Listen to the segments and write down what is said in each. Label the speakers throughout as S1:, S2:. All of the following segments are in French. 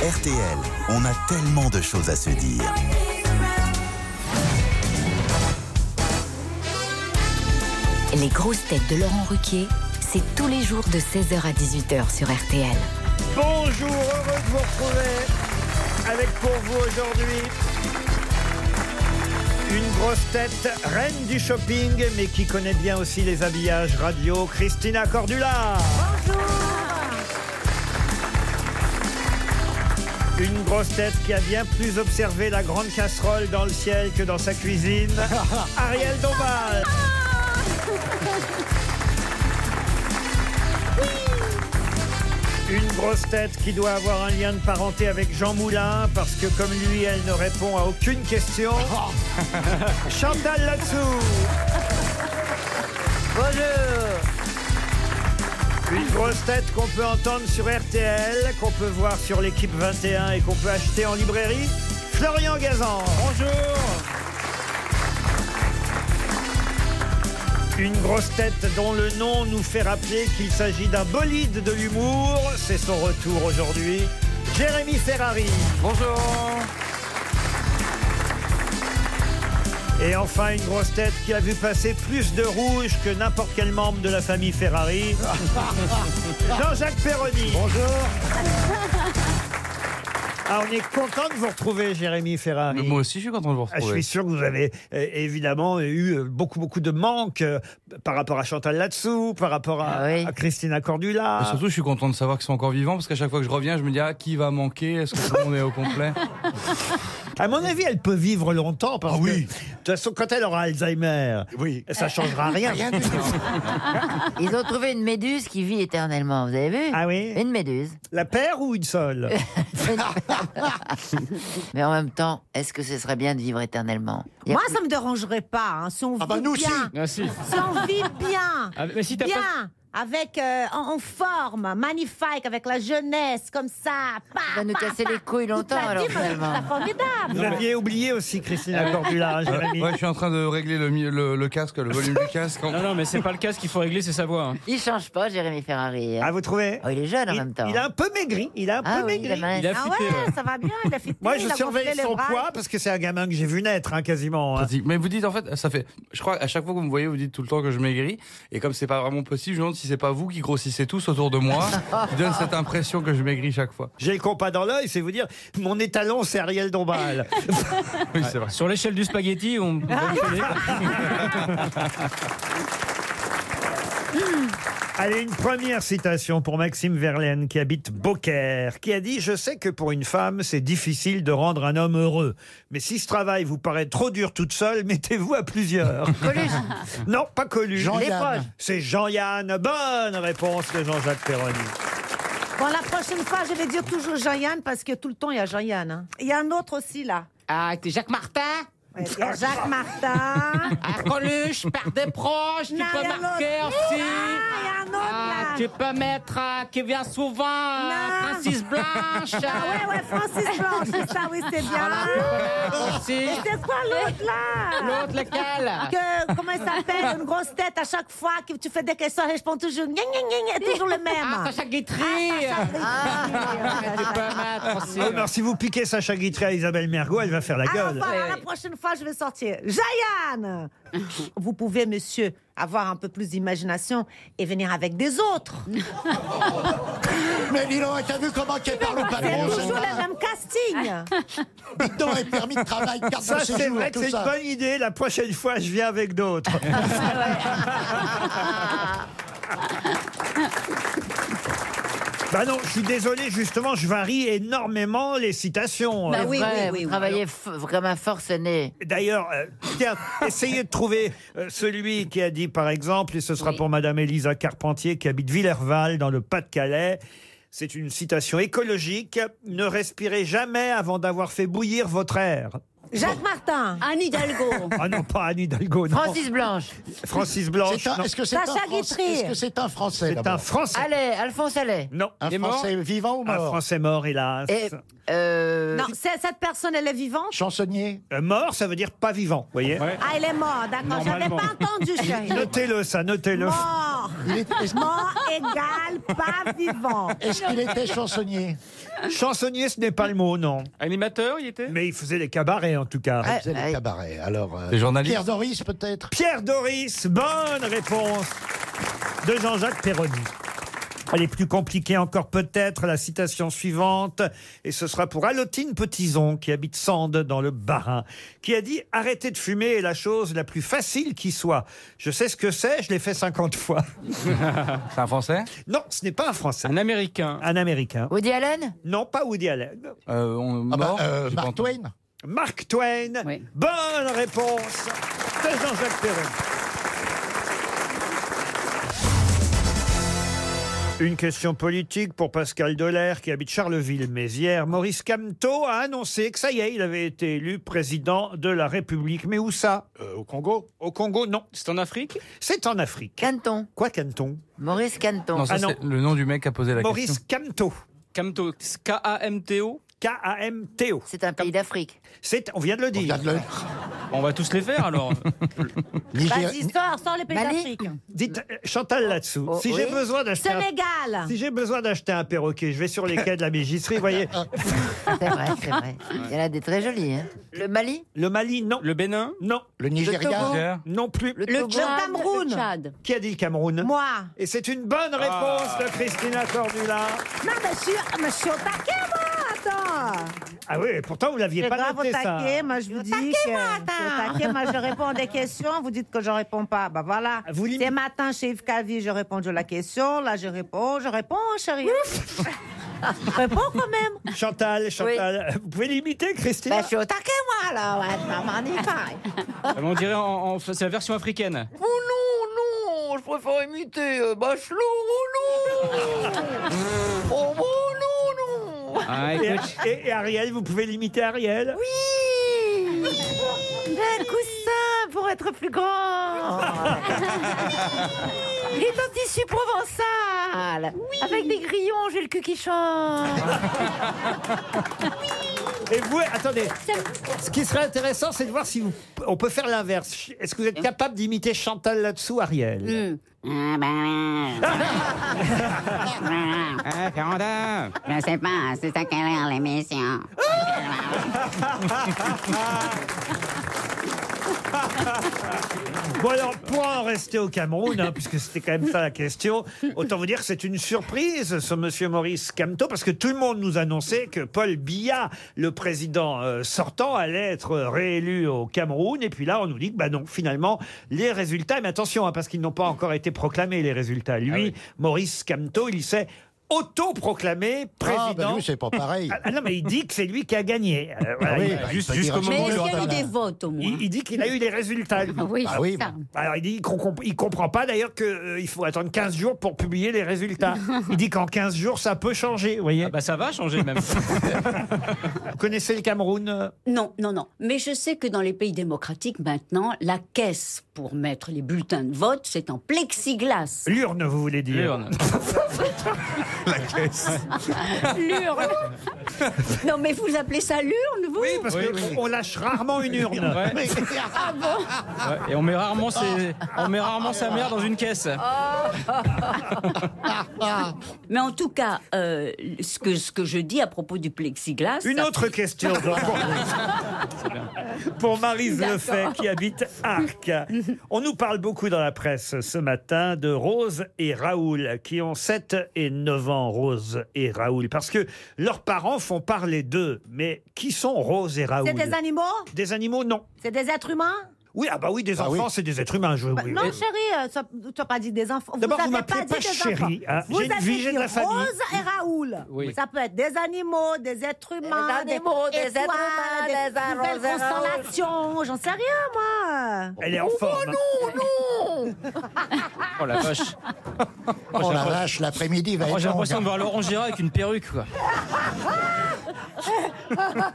S1: RTL, on a tellement de choses à se dire.
S2: Les grosses têtes de Laurent Ruquier, c'est tous les jours de 16h à 18h sur RTL.
S3: Bonjour, heureux de vous retrouver avec pour vous aujourd'hui une grosse tête reine du shopping, mais qui connaît bien aussi les habillages radio, Christina Cordula. Une grosse tête qui a bien plus observé la grande casserole dans le ciel que dans sa cuisine, Ariel Dombal. Une grosse tête qui doit avoir un lien de parenté avec Jean Moulin, parce que comme lui, elle ne répond à aucune question. Chantal là-dessous. Bonjour. Une grosse tête qu'on peut entendre sur RTL, qu'on peut voir sur l'équipe 21 et qu'on peut acheter en librairie. Florian Gazan. Bonjour. Une grosse tête dont le nom nous fait rappeler qu'il s'agit d'un bolide de l'humour. C'est son retour aujourd'hui. Jérémy Ferrari. Bonjour. Et enfin, une grosse tête qui a vu passer plus de rouge que n'importe quel membre de la famille Ferrari. Jean-Jacques Perroni. Bonjour. Ah, on est content de vous retrouver, Jérémy Ferrari. moi aussi, je suis content de vous
S4: retrouver.
S3: je suis sûr que vous avez euh, évidemment eu euh, beaucoup, beaucoup de manques euh, par rapport à Chantal là-dessous, par rapport à,
S5: Ah
S3: à Christina Cordula.
S4: Et surtout, je suis content de savoir qu'ils sont encore vivants parce qu'à chaque fois que je reviens, je me dis ah qui va manquer Est-ce que tout le monde est au complet
S3: À mon avis, elle peut vivre longtemps
S4: Ah
S3: parce que, de toute façon, quand elle aura Alzheimer, ça
S5: Euh,
S3: changera rien.
S6: Rien du tout. Ils ont trouvé une méduse qui vit éternellement, vous avez vu
S3: Ah oui
S6: Une méduse.
S3: La paire ou une seule
S6: Mais en même temps, est-ce que ce serait bien de vivre éternellement Il y a
S5: Moi, ça me dérangerait pas. hein, si on
S6: Ah bah
S5: vit
S6: nous aussi.
S5: bien,
S6: Ah si.
S5: on vit bien,
S6: Ah, mais si t'as
S5: bien,
S6: pas-
S5: avec euh, en, en forme, magnifique, avec la jeunesse, comme ça.
S6: va nous casser les couilles longtemps, alors, finalement.
S5: C'est formidable.
S3: Vous aviez oublié aussi Christina Cordula, hein, Jérémy.
S4: Ouais, je suis en train de régler le, mi- le- le casque, le volume du casque. Non, non, mais c'est pas le casque qu'il faut régler, c'est sa voix. hein.
S6: Il change pas, Jérémy Ferrari. Oh,
S3: Ah, vous trouvez
S6: Il est jeune en même temps.
S3: Il a un peu maigri. Il a un
S6: Ah
S3: peu
S6: oui,
S3: maigri.
S6: il a Il a
S5: Ah ouais, ça va bien, il a fité,
S3: Moi, je
S5: il a
S3: surveille
S5: gonflé les
S3: son
S5: bras.
S3: poids parce que c'est un gamin que j'ai vu naître, hein, quasiment. hein.
S4: Mais vous dites en fait, ça fait. Je crois à chaque fois que vous me voyez, vous dites tout le temps que je maigris. Et comme c'est pas vraiment possible, je me demande si c'est pas vous qui grossissez tous autour de moi, qui donne cette impression que je maigris chaque fois.
S3: J'ai le compas dans l'œil, c'est vous dire, mon étalon, c'est Ariel Dombal.
S4: Oui, c'est vrai.
S7: Sur l'échelle du spaghetti, on.
S8: Ah.
S3: Allez, une première citation pour Maxime Verlaine, qui habite Beaucaire, qui a dit Je sais que pour une femme, c'est difficile de rendre un homme heureux. Mais si ce travail vous paraît trop dur toute seule, mettez-vous à plusieurs.
S6: Coluche.
S3: Non, pas Coluche.
S6: Jean-Yann. Les proches.
S3: C'est Jean-Yann. Bonne réponse de Jean-Jacques Perroni.
S5: Bon, la prochaine fois, je vais dire toujours Jean-Yann parce que tout le temps, il y a Jean-Yann. hein. Il y a un autre aussi, là.
S8: Ah, c'est Jacques Martin
S5: Ouais, Il y a Jacques Martin.
S8: Ah, Coluche, père des proches, tu
S5: Non, il
S8: peux
S5: y a un
S8: marquer
S5: autre.
S8: aussi.
S5: Ah, il y a un autre, là.
S8: Tu peux mettre euh, qui vient souvent, euh, Francis Blanche.
S5: Ah ouais, ouais, Francis Blanche, c'est ça, oui, c'est bien.
S6: Ah,
S8: aussi.
S6: bah,
S5: Et c'est quoi l'autre là
S8: L'autre, lequel
S5: Que, Comment il s'appelle Une grosse tête à chaque fois que tu fais des questions, elle répond toujours gna gna gna gna, toujours le même. Ah, Sacha
S8: Guitry
S5: Ah,
S8: Tu peux mettre aussi.
S3: Oh, alors, si vous piquez Sacha Guitry à Isabelle Mergot, elle va
S9: Ah,
S3: faire la gueule.
S5: Ah, voilà, la prochaine fois, je vais sortir. Jayan Vous pouvez, monsieur, avoir un peu plus d'imagination et venir avec des autres.
S9: Mais dis donc, t'as vu comment qu'elle parle au palais
S5: C'est
S9: en
S5: toujours le
S9: général
S5: même casting.
S9: Dis donc, et permis de travail, carte
S3: Ça,
S9: de
S3: c'est
S9: séjour,
S3: vrai que
S9: tout
S3: c'est une
S9: ça.
S3: bonne idée. La prochaine fois, je viens avec d'autres. Bah non, je suis désolé, justement, je varie énormément les citations.
S6: Bah
S3: Euh,
S6: oui, oui, oui, vous travaillez f- comme un forcené.
S3: D'ailleurs, euh, tiens, essayez de trouver euh, celui qui a dit, par exemple, et ce sera pour Madame Elisa Carpentier, qui habite Villerval, dans le Pas-de-Calais. C'est une citation écologique. Ne respirez jamais avant d'avoir fait bouillir votre air.
S5: Jacques Martin.
S10: Anne Hidalgo.
S3: Ah non, pas Anne Hidalgo. non.
S6: Francis Blanche.
S3: Francis Blanche.
S9: C'est un-
S3: non.
S9: Est-ce que c'est un,
S6: Sacha
S9: Fran-
S6: Guitry.
S9: est-ce que c'est un Français
S3: C'est un
S9: d'abord
S3: Français.
S6: Allez, Alphonse Allais.
S3: Non.
S9: Un
S3: Il est
S9: Français
S3: mort
S9: vivant ou
S3: Un
S9: mort
S3: Français mort, hélas.
S6: Et, euh,
S5: Non, c'est- cette personne, elle est vivante
S9: Chansonnier
S3: Euh, mort, ça veut dire pas vivant, vous voyez
S5: Ah, elle est morte, d'accord. J'avais pas entendu, chérie.
S3: Notez-le, ça, notez-le.
S5: Mort. mort. Mort égale pas vivant.
S9: Est-ce qu'il était chansonnier
S3: Chansonnier, ce n'est pas le mot, non.
S8: Animateur, il était
S3: Mais il faisait les cabarets, en tout cas.
S9: Ah, Il faisait
S6: ouais.
S9: les cabarets. Alors, euh,
S4: Des journalistes
S9: Pierre Doris, peut-être
S3: Pierre Doris, bonne réponse de Jean-Jacques Perroni. Elle est plus compliquée encore peut-être, la citation suivante, et ce sera pour Alotine Petison, qui habite Sande dans le Barin, qui a dit « Arrêtez de fumer est la chose la plus facile qui soit. Je sais ce que c'est, je l'ai fait 50 fois.
S4: C'est un Français »
S3: Non, ce n'est pas un Français,
S8: Un Américain.
S3: un Américain.
S6: Woody Allen
S3: Non, pas Woody Allen.
S4: euh, on-
S9: Ah bah,
S4: mort
S9: euh,
S4: J'ai pas
S9: Mark
S4: entendu.
S9: Twain.
S3: Mark Twain.
S8: Oui.
S3: Bonne réponse de Jean-Jacques Perrin. Une question politique pour Pascal Dolaire qui habite Charleville-Mézières. Maurice Camteau a annoncé que ça y est, il avait été élu président de la République. Mais où ça Au Congo. Au Congo, non.
S8: C'est en Afrique
S3: C'est en Afrique.
S6: Canton.
S3: Quoi, Canton
S6: Maurice Canton.
S4: Non, ça,
S3: Ah, non.
S4: c'est le nom du mec qui a posé la
S3: Maurice
S4: question.
S3: Camteau.
S8: Camto. K-A-M-T-O.
S3: K-A-M-T-O.
S6: C'est un pays d'Afrique.
S3: C'est- On vient de le
S9: On vient
S3: dire.
S9: de le-
S8: On va tous les faire alors.
S9: Niger-
S5: Vas-y, sors, sors les pays
S6: Mali
S5: d'Afrique.
S3: Dites, euh, Chantal là-dessous.
S6: Oh,
S3: si
S6: oui.
S3: j'ai besoin d'acheter un
S5: Sénégal.
S3: Si j'ai besoin d'acheter un perroquet, je vais sur les quais de la Mégisserie. Voyez,
S6: C'est vrai, c'est
S3: Hein
S6: vrai. Il y en a des très jolis. hein. Le Mali
S3: le Mali, non.
S8: Le Bénin
S3: Non,
S9: Le Nigeria.
S6: Togo.
S4: Pierre
S3: non plus.
S5: Le
S6: Togo.
S5: Cameroun.
S3: Qui a dit le Cameroun
S5: Moi.
S3: Et c'est une bonne réponse de Christina Cordula.
S5: Non, mais je suis, mais je suis au taquet, moi, attends.
S3: Ah oui, pourtant, vous l'aviez
S5: Je
S3: pas
S5: grave au
S3: noté, ça.
S5: taquet, moi, je vous dis que... je suis au taquet, moi, je réponds à des questions, vous dites que je réponds pas. Bah voilà.
S3: Ah, Vous l'im-
S5: Ces matins, chez Yves Calvi, je réponds à la question, là, je réponds, je réponds, chérie. je réponds quand même.
S3: Chantal, Chantal, vous pouvez l'imiter, Christina
S5: Ben, je suis au taquet, moi, là, ouais, ça m'en est pas.
S8: Ah, mais On dirait en- en- c'est la version africaine.
S6: Oh non, non, je préfère imiter euh, Bachelot. Oh non Oh non, non
S8: Ah,
S3: et,
S8: écoute,
S3: et- et Ariel, vous pouvez l'imiter, Ariel
S6: Oui Un coussin pour être plus grand
S8: Ah.
S6: Il est en tissu provençal Avec des grillons, j'ai le cul qui
S3: Ah.
S6: chante
S3: Et vous, attendez. Ce qui serait intéressant, c'est de voir si vous, on peut faire l'inverse. Ch- Est-ce que vous êtes capable d'imiter Chantal là-dessous, Ariel
S5: Hmm.
S7: Ah ben,
S8: Ah, Fernanda.
S7: Euh, je sais pas, c'est à quelle heure l'émission
S3: Bon alors, pour en rester au Cameroun, hein, puisque c'était quand même ça la question, autant vous dire que c'est une surprise, ce monsieur Maurice Camteau, parce que tout le monde nous annonçait que Paul Biya, le président euh, sortant, allait être réélu au Cameroun. Et puis là, on nous dit que bah non, finalement, les résultats, mais attention, hein, parce qu'ils n'ont pas encore été proclamés, les résultats.
S9: Ah
S3: Lui, Maurice Camteau, il s'est autoproclamé
S9: Ah, bah,
S3: président.
S9: lui, c'est pas pareil.
S3: Ah, non, mais il dit que c'est lui qui a gagné. Euh, voilà,
S9: Ah oui,
S3: il-
S9: bah,
S4: juste-
S9: il peut
S4: jusqu'au
S9: dire-
S4: moment où il
S9: aura-
S7: des votes au moins.
S3: il, il dit qu'il a eu les résultats. lui.
S7: Ah Oui,
S9: Bah
S7: c'est
S9: oui,
S7: ça.
S3: Alors il dit qu'on comp- il comprend pas d'ailleurs qu'il faut attendre 15 jours pour publier les résultats. Il dit qu'en 15 jours ça peut changer, vous voyez.
S8: Ah, bah ça va changer même.
S3: Vous connaissez le Cameroun euh,
S7: Non, non, non. Mais je sais que dans les pays démocratiques, maintenant, la caisse pour mettre les bulletins de vote, c'est en plexiglas.
S3: L'urne, vous voulez dire
S8: L'urne.
S7: L'urne Non, mais vous appelez ça l'urne, vous
S3: Oui, parce
S8: Oui,
S3: qu'on
S8: oui.
S3: lâche rarement une urne.
S8: Ouais.
S7: Ah
S3: Ah.
S8: Ouais, Et on met rarement ses- on met rarement sa mère dans une caisse.
S3: Ah.
S7: Mais en tout cas, euh, ce, que, ce que je dis à propos du plexiglas...
S3: Une
S7: ça-
S3: autre question donc, pour, pour Marise Lefebvre qui habite Arc. On nous parle beaucoup dans la presse ce matin de Rose et Raoul qui ont 7 et 9 ans, Rose et Raoul, parce que leurs parents font parler d'eux. Mais qui sont Rose et Raoul
S5: C'est des animaux
S3: Ah, Des animaux, non.
S5: C'est des êtres humains
S3: Oui, ah bah oui, des
S9: Ah
S3: enfants,
S9: oui.
S3: c'est des êtres humains, je
S5: Bah,
S3: oui.
S5: Non,
S3: Et-
S5: chérie, euh, tu n'as pas dit des enfants.
S3: D'abord, vous
S5: avez
S3: m'appelez
S5: dit
S3: pas
S5: des
S3: chérie,
S5: enfants.
S3: hein.
S5: Vous
S3: J'ai une
S5: avez
S3: vie, j'ai de
S5: dit
S3: la famille.
S5: Rose et Raoul.
S8: Oui.
S5: Ça peut être des animaux, des êtres humains,
S6: Des animaux, des êtres
S5: étoiles,
S6: humains, des
S5: des
S6: arros-
S5: nouvelles
S6: des arros-
S5: constellations. J'en sais rien, moi.
S3: Elle est en forme.
S8: Oh la vache.
S9: Oh la vache, l'après-midi va
S8: Oh,
S9: être
S8: J'ai l'impression de
S9: long.
S8: voir Laurent Gérard avec une perruque. Quoi.
S5: Ah.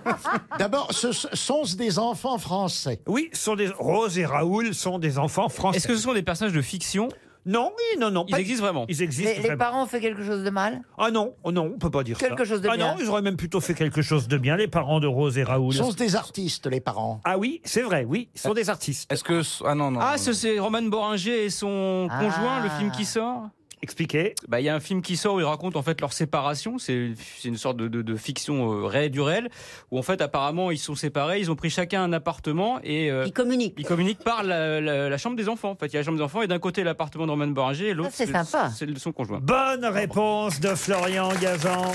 S9: D'abord, ce ce- sont-ce des enfants français
S3: Oui, ce sont des Rose et Raoul sont des enfants français.
S8: Est-ce que ce sont des personnages de fiction
S3: Non, oui, non, non.
S8: Ils
S3: pas-
S8: existent vraiment.
S3: Ils existent.
S6: Les, les
S3: vraiment.
S6: parents ont fait quelque chose de mal
S3: Ah non, oh non, on peut pas dire ça.
S6: Quelque chose de
S3: ah
S6: bien.
S3: non, ils auraient même plutôt fait quelque chose de bien, les parents de Rose et Raoul.
S9: Sont des artistes, les parents.
S3: Ah oui, c'est vrai, oui, ce sont des artistes.
S4: Est-ce que. Ah non, non.
S8: Ah,
S4: non.
S8: Euh, ce, c'est Roman Boringer et son
S6: Ah.
S8: conjoint, le film qui sort
S3: Expliquez.
S8: Bah, Il y a un film qui sort où ils racontent en fait leur séparation. C'est c'est une sorte de, de- de fiction euh, réelle du réel, où en fait apparemment ils sont séparés, ils ont pris chacun un appartement et euh,
S7: Ils communiquent.
S8: ils communiquent par la, la- la chambre des enfants. En fait, il y a la chambre des enfants et d'un côté l'appartement de Roman Boringer et l'autre
S6: Ah, c'est sympa.
S8: c'est de son conjoint.
S3: Bonne réponse de Florian Gazan.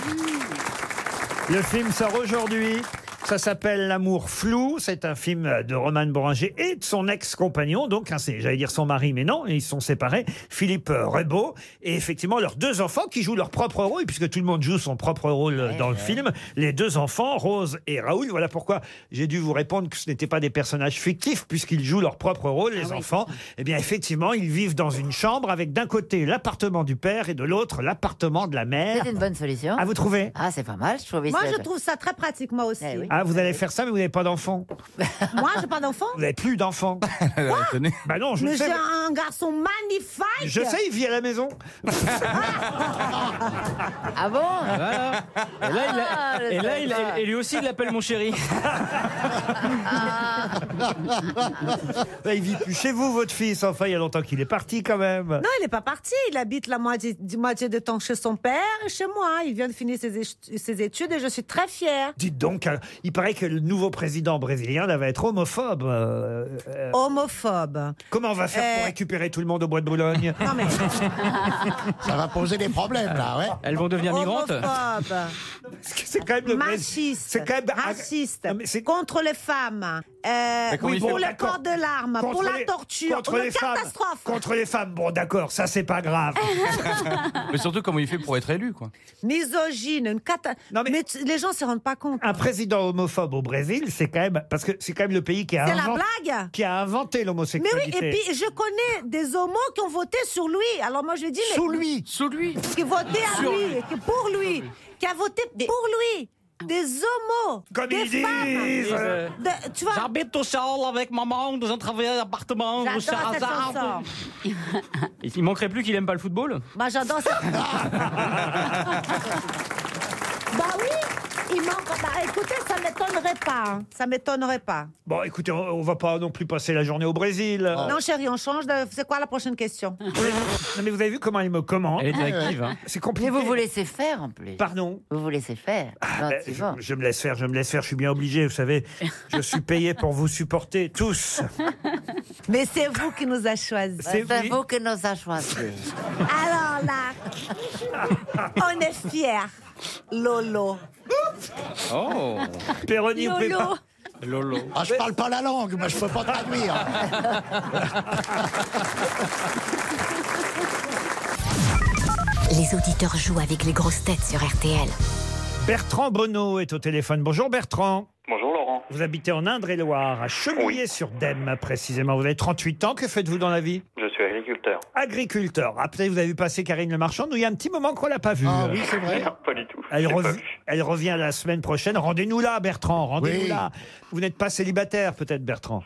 S3: Le film sort aujourd'hui. Ça s'appelle L'amour flou. C'est un film de Roman Boranger et de son ex-compagnon. Donc, hein, c'est- j'allais dire son mari, mais non, ils sont séparés. Philippe euh, Rebaud et effectivement leurs deux enfants qui jouent leur propre rôle, puisque tout le monde joue son propre rôle euh, dans le film. Les deux enfants, Rose et Raoul. Voilà pourquoi j'ai dû vous répondre que ce n'étaient pas des personnages fictifs, puisqu'ils jouent leur propre rôle,
S6: Ah
S3: les enfants. Eh bien, effectivement, ils vivent dans une chambre avec d'un côté l'appartement du père et de l'autre l'appartement de la mère.
S6: C'était une bonne solution.
S3: À vous trouver
S6: Ah, c'est pas mal, je trouvais
S5: Moi,
S6: ça-
S5: je trouve ça très pratique, moi aussi.
S6: Eh oui.
S3: Ah, vous allez faire ça, mais vous n'avez pas d'enfant.
S5: Moi, j'ai pas d'enfant.
S3: Vous n'avez plus d'enfant.
S4: Elle a étonné.
S3: bah non, je le
S5: Mais
S3: sais.
S5: j'ai un garçon magnifique.
S3: Je sais, il vit à la maison.
S6: Ah bon
S8: Voilà. Et là, il a-
S6: Ah, le
S8: et là, il a-
S6: sympa.
S8: et lui aussi, il l'appelle mon chéri.
S3: Bah, il vit plus chez vous, votre fils. Enfin, il y a longtemps qu'il est parti quand même.
S5: Non, il n'est pas parti. Il habite la moitié du moitié de temps chez son père et chez moi. Il vient de finir ses, éch- ses études et je suis très fière.
S3: Dites donc, hein, il paraît que le nouveau président brésilien là, va être homophobe. Euh, euh,
S5: Homophobe.
S3: comment on va faire pour
S5: Euh.
S3: récupérer tout le monde au bois de Boulogne
S5: Non mais
S9: Ça va poser des problèmes, là, ouais.
S8: Elles vont devenir migrantes.
S5: homophobe,
S3: Parce que C'est quand même le Brésil.
S5: machiste,
S3: C'est quand même
S5: raciste,
S3: Non, mais c'est-
S5: contre les femmes, euh,
S4: Mais comment il
S5: pour
S4: fait
S5: le port de l'arme, pour
S3: Contre
S5: la
S3: les-
S5: torture,
S3: contre
S5: une
S3: les femmes.
S5: catastrophe.
S3: Contre les femmes, bon d'accord, ça c'est pas grave.
S4: Mais surtout, comment il fait pour être élu, quoi.
S5: Misogyne, une catastrophe.
S3: Non, Ah, mais-
S5: mais... tu- les gens ne se rendent pas compte.
S3: Un président homophobe au Brésil, c'est quand même parce que c'est quand même le pays qui a,
S5: C'est la
S3: inventé,
S5: blague.
S3: qui a inventé
S5: Mais oui,
S3: l'homosexualité.
S5: et puis je connais des homos qui ont voté sur lui. Alors moi je lui dis, mais
S9: Sous lui.
S4: Sous lui
S5: qui votait à
S4: Sur
S5: lui, qui pour lui, qui a voté
S7: Des-
S5: pour lui, des homos,
S3: Comme
S5: des
S3: ils disent.
S5: femmes.
S3: euh,
S5: de- tu vois,
S8: J'habite au Charles avec maman, nous avons travaillé à l'appartement, au
S5: j'adore cette chanson.
S8: Il manquerait plus qu'il aime pas le football.
S5: Bah j'adore cette bah oui, il manque. Bah écoutez, ça m'étonnerait pas. hein. Ça m'étonnerait pas.
S3: Bon, écoutez, on, on va pas non plus passer la journée au Brésil.
S5: Non chérie, on change. de- C'est quoi la prochaine question
S3: Non, mais vous avez vu comment il me commande
S8: Elle est directive. hein.
S3: C'est compliqué.
S6: Mais vous vous laissez faire en plus.
S3: Pardon.
S6: Vous vous laissez faire.
S3: Euh, Je,
S6: gentiment.
S3: je me laisse faire, je me laisse faire, je suis bien obligé, vous savez. Je suis payé pour vous supporter tous.
S5: Mais c'est vous qui nous a choisis.
S3: C'est
S6: C'est
S3: vous.
S6: vous que nous a choisi.
S5: Alors là, on est fiers. Lolo.
S8: Oh
S3: Péroni, vous pouvez pas-
S5: Lolo.
S8: Lolo. Ah
S9: Ah, je parle pas la langue, moi, je peux pas traduire.
S2: Les auditeurs jouent avec les grosses têtes sur RTL.
S3: Bertrand Bonneau est au téléphone. Bonjour Bertrand.
S10: Bonjour Laurent.
S3: Vous habitez en Indre-et-Loire, à Chemillé-sur-Dème précisément. Vous avez 38 ans, que faites-vous dans la vie
S10: Je suis agriculteur.
S3: Agriculteur. Ah, peut-être vous avez vu passer Karine Le Marchand, nous il y a un petit moment qu'on l'a pas vue.
S9: Ah oui, c'est vrai.
S10: Non, pas du tout.
S3: Elle,
S10: J'ai
S3: rev-
S10: pas vu.
S3: elle Ah, revient la semaine prochaine. Rendez-nous là, Bertrand. Rendez-nous
S9: Oui.
S3: là. Vous n'êtes pas célibataire, peut-être, Bertrand.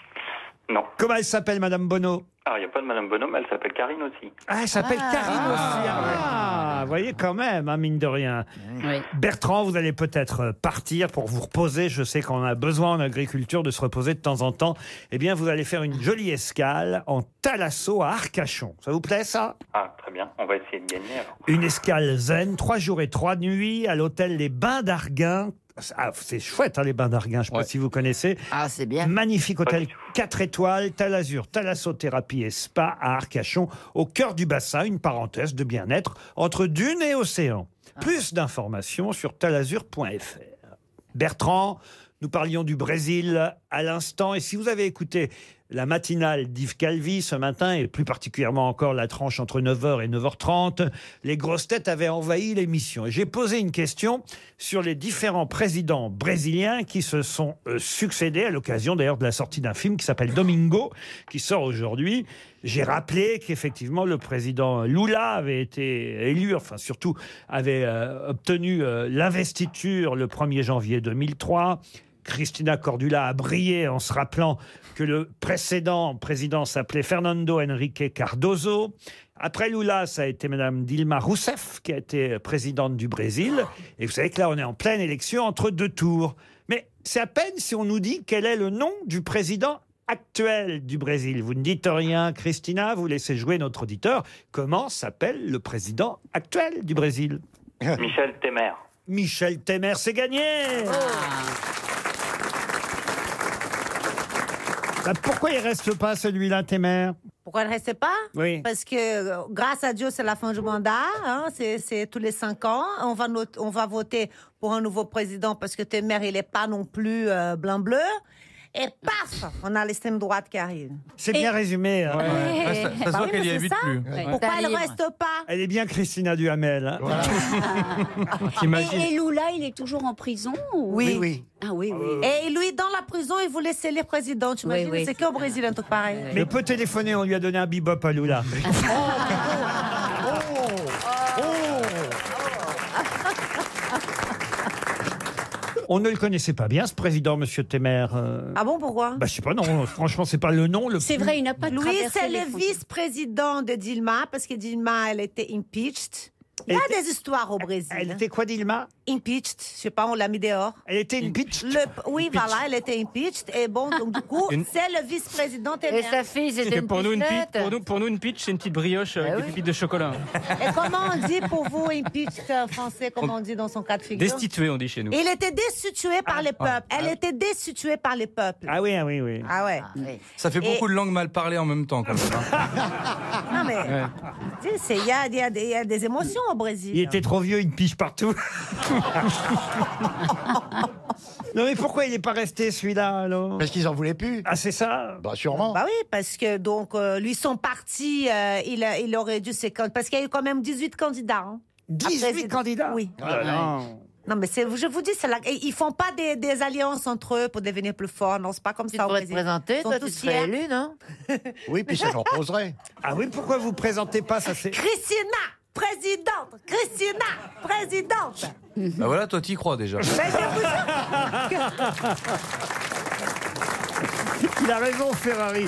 S10: Non.
S3: Comment elle s'appelle, Madame Bonneau
S10: Ah, il n'y a pas de Madame Bonhomme, elle s'appelle Karine aussi.
S3: Ah, elle s'appelle Karine aussi.
S11: hein.
S5: hein.
S3: Ah, vous voyez quand même, hein, mine de rien.
S7: Oui.
S3: Bertrand, vous allez peut-être euh, partir pour vous reposer. Je sais qu'on a besoin en agriculture de se reposer de temps en temps. Eh bien, vous allez faire une jolie escale en Thalasso à Arcachon. Ça vous plaît, ça
S10: Ah, très bien. On va essayer de gagner alors.
S3: Une escale zen, trois jours et trois nuits à l'hôtel Les Bains d'Arguin. Ah, c'est chouette, hein, les Bains d'Arguin. Je ne sais
S8: Ouais.
S3: pas si vous connaissez.
S6: Ah, c'est bien.
S3: Magnifique
S10: Pas
S3: hôtel
S10: du tout.
S3: 4 étoiles, Talazur, Thalassothérapie et Spa à Arcachon, au cœur du bassin, une parenthèse de bien-être entre dune et océan.
S6: Ah.
S3: Plus d'informations sur talazur.fr. Bertrand, nous parlions du Brésil à l'instant, et si vous avez écouté la matinale d'Yves Calvi ce matin, et plus particulièrement encore la tranche entre 9h et 9h30, les grosses têtes avaient envahi l'émission. Et j'ai posé une question sur les différents présidents brésiliens qui se sont euh, succédés à l'occasion d'ailleurs de la sortie d'un film qui s'appelle Domingo, qui sort aujourd'hui. J'ai rappelé qu'effectivement le président Lula avait été élu, enfin surtout avait euh, obtenu euh, l'investiture le 1er janvier 2003. Christina Cordula a brillé en se rappelant que le précédent président s'appelait Fernando Henrique Cardozo. Après Lula, ça a été Madame Dilma Rousseff qui a été présidente du Brésil. Et vous savez que là, on est en pleine élection entre deux tours. Mais c'est à peine si on nous dit quel est le nom du président actuel du Brésil. Vous ne dites rien, Christina, vous laissez jouer notre auditeur. Comment s'appelle le président actuel du Brésil
S10: Michel Temer.
S3: Michel Temer, c'est gagné Bah, Pourquoi il reste pas celui-là, Temer
S5: Pourquoi ne restez pas
S3: Oui.
S5: Parce que euh, grâce à Dieu, c'est la fin du mandat. hein, c'est- c'est tous les cinq ans. On va, not- on va voter pour un nouveau président parce que Temer, il n'est pas non plus euh, blanc-bleu. Et paf, on a l'extrême droite qui arrive.
S3: C'est
S5: Et-
S3: bien résumé. hein.
S5: Ouais.
S4: Ouais, ça- ça se
S5: Bah
S4: voit
S5: oui,
S4: qu'elle y
S5: mais c'est
S4: habite
S5: ça.
S4: plus. Ouais.
S5: Pourquoi
S7: Pas
S5: elle ne
S7: libre.
S5: reste pas
S3: Elle est bien Christina Duhamel. hein.
S4: T'imagines
S7: Et, et Lula, il est toujours en prison ou-
S5: Oui.
S9: oui.
S7: Ah oui, oui.
S5: Et lui, dans la prison, il voulait s'élire président. Tu imagines
S7: oui.
S5: C'est qu'au Brésil, un truc pareil.
S3: Mais peut téléphoner, on lui a donné un bebop à Lula. Oh. On ne le connaissait pas bien, ce président, Monsieur Temer. euh,
S5: Ah bon, pourquoi
S3: Bah, je sais pas, non, franchement, c'est pas le nom. Le
S7: C'est
S3: plus-
S7: vrai, il n'a pas
S5: Lui,
S7: traversé
S5: c'est
S7: les
S5: le
S7: frontières.
S5: vice-président de Dilma, parce que Dilma, elle était impeached. Il y a
S3: Elle
S5: des histoires au Brésil. hein.
S3: Elle était quoi, Dilma
S5: impeached, je sais pas, on l'a mis dehors.
S3: Elle était une pitch.
S5: Le, oui, voilà, elle était impeached. Et bon, donc du coup,
S8: Une-
S5: c'est le vice-président Temer.
S12: fille, c'était
S8: C'était pour nous une pitch, pour nous, pour nous une pitch, c'est une petite brioche
S6: Ah
S8: avec des pépites de chocolat.
S5: Et comment on dit pour vous impeached euh, français, comment on dit dans son cas de figure
S8: Destitué, on dit chez nous.
S5: Il était destitué par les peuples. Elle était destituée par les peuples.
S3: Ah oui, ah oui, oui.
S5: Ah ouais.
S4: Ça fait
S5: Et-
S4: beaucoup de langues mal parlées en même temps, quand même. hein.
S5: Non mais, tu sais, c'est- il y a, il y a des- il y a des émotions au Brésil.
S3: Il était trop vieux, il pige partout. non, mais pourquoi il n'est pas resté, celui-là, alors
S9: Parce qu'ils en voulaient plus.
S3: Ah, c'est ça
S9: Bah sûrement.
S5: Bah oui, parce que donc euh, lui son parti, euh, il, a- il aurait dû se can- parce qu'il y a eu quand même 18 candidats. hein.
S3: 18
S5: président.
S3: candidats
S5: Oui.
S3: Ah, non.
S5: Non mais c'est, je vous dis, c'est la- et ils font pas des, des alliances entre eux pour devenir plus forts. Non, c'est pas comme
S12: Tu
S5: ça au
S12: devrais te
S5: Brésil.
S12: présenter,
S5: Ils sont
S12: toi, tu
S5: tous
S12: serais
S5: fiers.
S12: élu, non
S9: Oui, puis ça leur poserait.
S3: Ah oui, pourquoi vous présentez pas ça c'est...
S5: Christina, présidente, Christina, présidente.
S4: Bah voilà, toi, t'y crois déjà.
S5: Ben, je vous jure,
S3: Il a raison, Ferrari.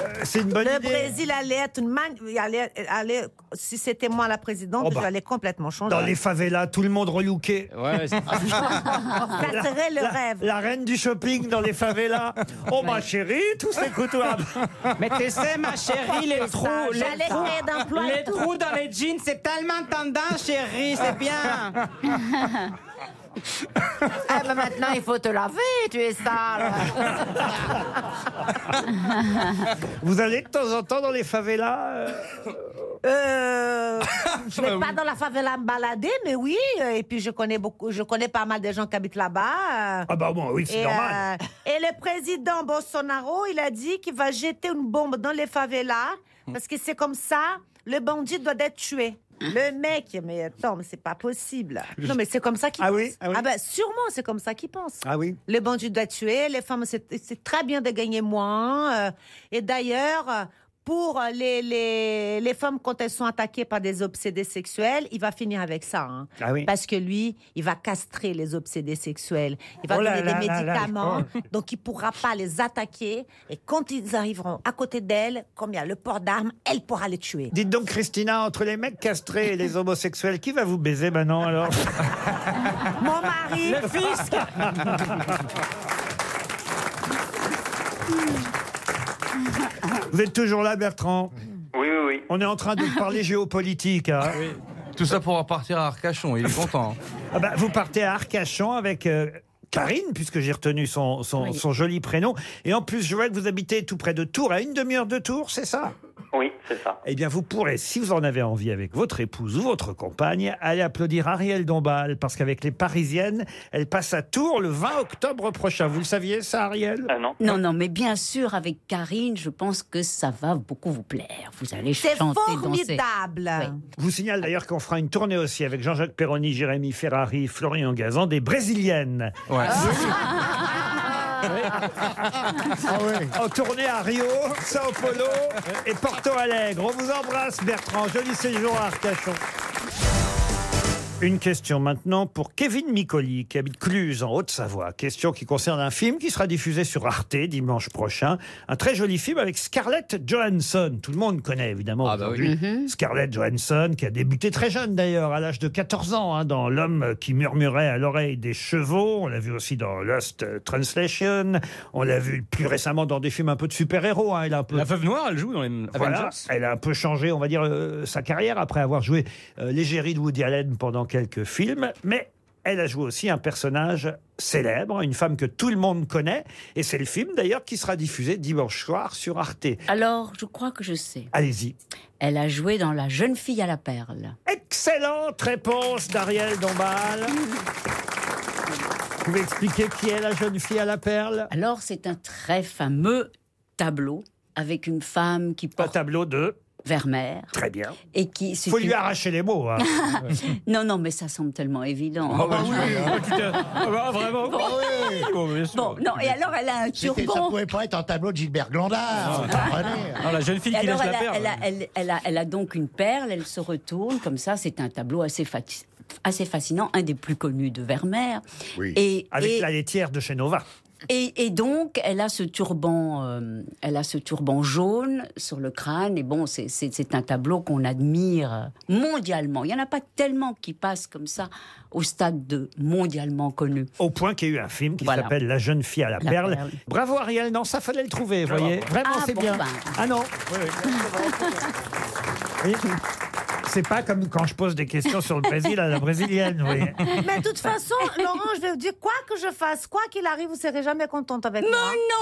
S3: Euh, c'est une bonne
S5: le
S3: idée.
S5: Brésil allait être une man... il allait- allait- si c'était moi la présidente,
S3: Oh bah.
S5: j'allais complètement changer.
S3: Dans les favelas, tout le monde relooké.
S8: Ouais, c'est-
S5: Ça serait le rêve.
S3: La reine du shopping dans les favelas. Oh ma chérie, tous ces couteaux. à-
S8: Mais tu sais, ma chérie, les trous,
S5: J'allais créer d'emploi et tout.
S8: dans les jeans, c'est tellement tendance, chérie, c'est bien.
S12: Ah
S6: Eh ben,
S12: bah maintenant, il faut te laver, tu es sale.
S3: Vous allez de temps en temps dans les favelas euh,
S5: Euh, je vais pas dans la favela me balader, mais oui. euh, Et puis je connais beaucoup, je connais pas mal de gens qui habitent là-bas. euh,
S3: Ah bah bon, oui, c'est
S5: Et,
S3: normal.
S5: euh, et le président Bolsonaro, il a dit qu'il va jeter une bombe dans les favelas
S3: Hmm.
S5: parce que c'est comme ça, le bandit doit être tué.
S3: Hmm.
S5: Le mec, mais attends, mais c'est pas possible. Non, mais c'est comme ça qu'il
S3: Ah
S5: pense.
S3: oui, ah oui.
S5: ben sûrement, c'est comme ça qu'il pense.
S3: Ah oui.
S5: Le bandit doit tuer, les femmes, c'est c'est très bien de gagner moins. euh, et d'ailleurs, euh, pour les, les, les femmes, quand elles sont attaquées par des obsédés sexuels, il va finir avec ça. hein.
S3: Ah oui.
S5: Parce que lui, il va castrer les obsédés sexuels. Il va
S3: Oh là
S5: donner
S3: là
S5: des
S3: là là.
S5: médicaments, donc il ne pourra pas les attaquer. Et quand ils arriveront à côté d'elle, comme il y a le port d'armes, elle pourra les tuer.
S3: Dites donc, Christina, entre les mecs castrés et les homosexuels, qui va vous baiser maintenant alors
S5: Mon mari,
S3: fisc Vous êtes toujours là, Bertrand
S10: Oui, oui, oui.
S3: On est en train de parler géopolitique. hein.
S4: Tout ça pour repartir à Arcachon, il est content. hein.
S3: Ah bah, vous partez à Arcachon avec euh, Karine, puisque j'ai retenu son, son, son joli prénom. Et en plus, je vois que vous habitez tout près de Tours, à une demi-heure de Tours, c'est ça
S10: Oui, c'est ça.
S3: Eh bien, vous pourrez, si vous en avez envie avec votre épouse ou votre compagne, aller applaudir Ariel Dombal, parce qu'avec les Parisiennes, elle passe à Tours le 20 octobre prochain. Vous le saviez, ça, Ariel
S10: Ah non
S7: Non, non, mais bien sûr, avec Karine, je pense que ça va beaucoup vous plaire. Vous allez
S5: c'est
S7: chanter, danser.
S5: formidable.
S3: Je vous signale d'ailleurs qu'on fera une tournée aussi avec Jean-Jacques Perroni, Jérémy Ferrari, Florian Gazan, des Brésiliennes,
S4: Ouais.
S9: Ah oui.
S3: en tournée à Rio, Sao Paulo et Porto Alegre. On vous embrasse, Bertrand. Joli séjour à Arcachon. Une question maintenant pour Kevin Micoli, qui habite Cluse, en Haute-Savoie. Question qui concerne un film qui sera diffusé sur Arte dimanche prochain. Un très joli film avec Scarlett Johansson. Tout le monde connaît évidemment
S8: Ah, bah
S3: aujourd'hui Scarlett Johansson, qui a débuté très jeune d'ailleurs, à l'âge de 14 ans, hein, dans L'homme qui murmurait à l'oreille des chevaux. On l'a vu aussi dans Lost Translation. On l'a vu plus récemment dans des films un peu de super-héros. hein. Elle a un peu...
S8: La Veuve Noire, elle joue dans les
S3: Voilà,
S8: Avengers.
S3: elle a un peu changé, on va dire, euh, sa carrière après avoir joué euh, l'égérie de Woody Allen pendant quelques films, mais elle a joué aussi un personnage célèbre, une femme que tout le monde connaît, et c'est le film d'ailleurs qui sera diffusé dimanche soir sur Arte.
S7: Alors, je crois que je sais.
S3: Allez-y.
S7: Elle a joué dans La jeune fille à la perle.
S3: Excellente réponse d'Ariel Dombal. Vous pouvez expliquer qui est la jeune fille à la perle
S7: Alors, c'est un très fameux tableau avec une femme qui porte. Un
S3: tableau de
S7: Vermeer.
S3: Très bien.
S7: Et qui. c'est
S3: Il faut
S7: une-
S3: lui arracher les mots. hein.
S7: non, non, mais ça semble tellement évident.
S3: Ah bah oui, ah, putain. Ah bah vraiment.
S7: Bon.
S3: Ah oui.
S7: Bon, non, et alors elle a un
S9: C'était-
S7: turban.
S9: Ça pouvait pas être un tableau de Gilbert Glandard. vous comprenez
S8: Ah, la jeune fille
S7: Et
S8: qui
S7: alors,
S8: lâche
S7: elle,
S8: la
S7: a,
S8: perle.
S7: elle, a, elle- elle a- elle a donc une perle, elle se retourne, comme ça, c'est un tableau assez, fati- assez fascinant, un des plus connus de Vermeer. Et,
S3: Avec
S7: et-
S3: la laitière de chez Nova.
S7: et- et donc, elle a ce turban, euh, elle a ce turban jaune sur le crâne, et bon, c'est- c'est c'est un tableau qu'on admire mondialement. Il n'y en a pas tellement qui passent comme ça au stade de mondialement connu.
S3: Au point qu'il y a eu un film qui
S7: Voilà.
S3: s'appelle La jeune fille à la,
S7: La
S3: perle.
S7: perle.
S3: Bravo Ariel, non, ça fallait le trouver, vous voyez. Vraiment,
S7: Ah,
S3: c'est
S7: bon,
S3: bien.
S7: ben.
S3: Ah non. Oui. C'est pas comme quand je pose des questions sur le Brésil à la brésilienne, vous voyez.
S5: Mais de toute façon, Laurent, je vais vous dire, quoi que je fasse, quoi qu'il arrive, vous serez jamais contente avec moi.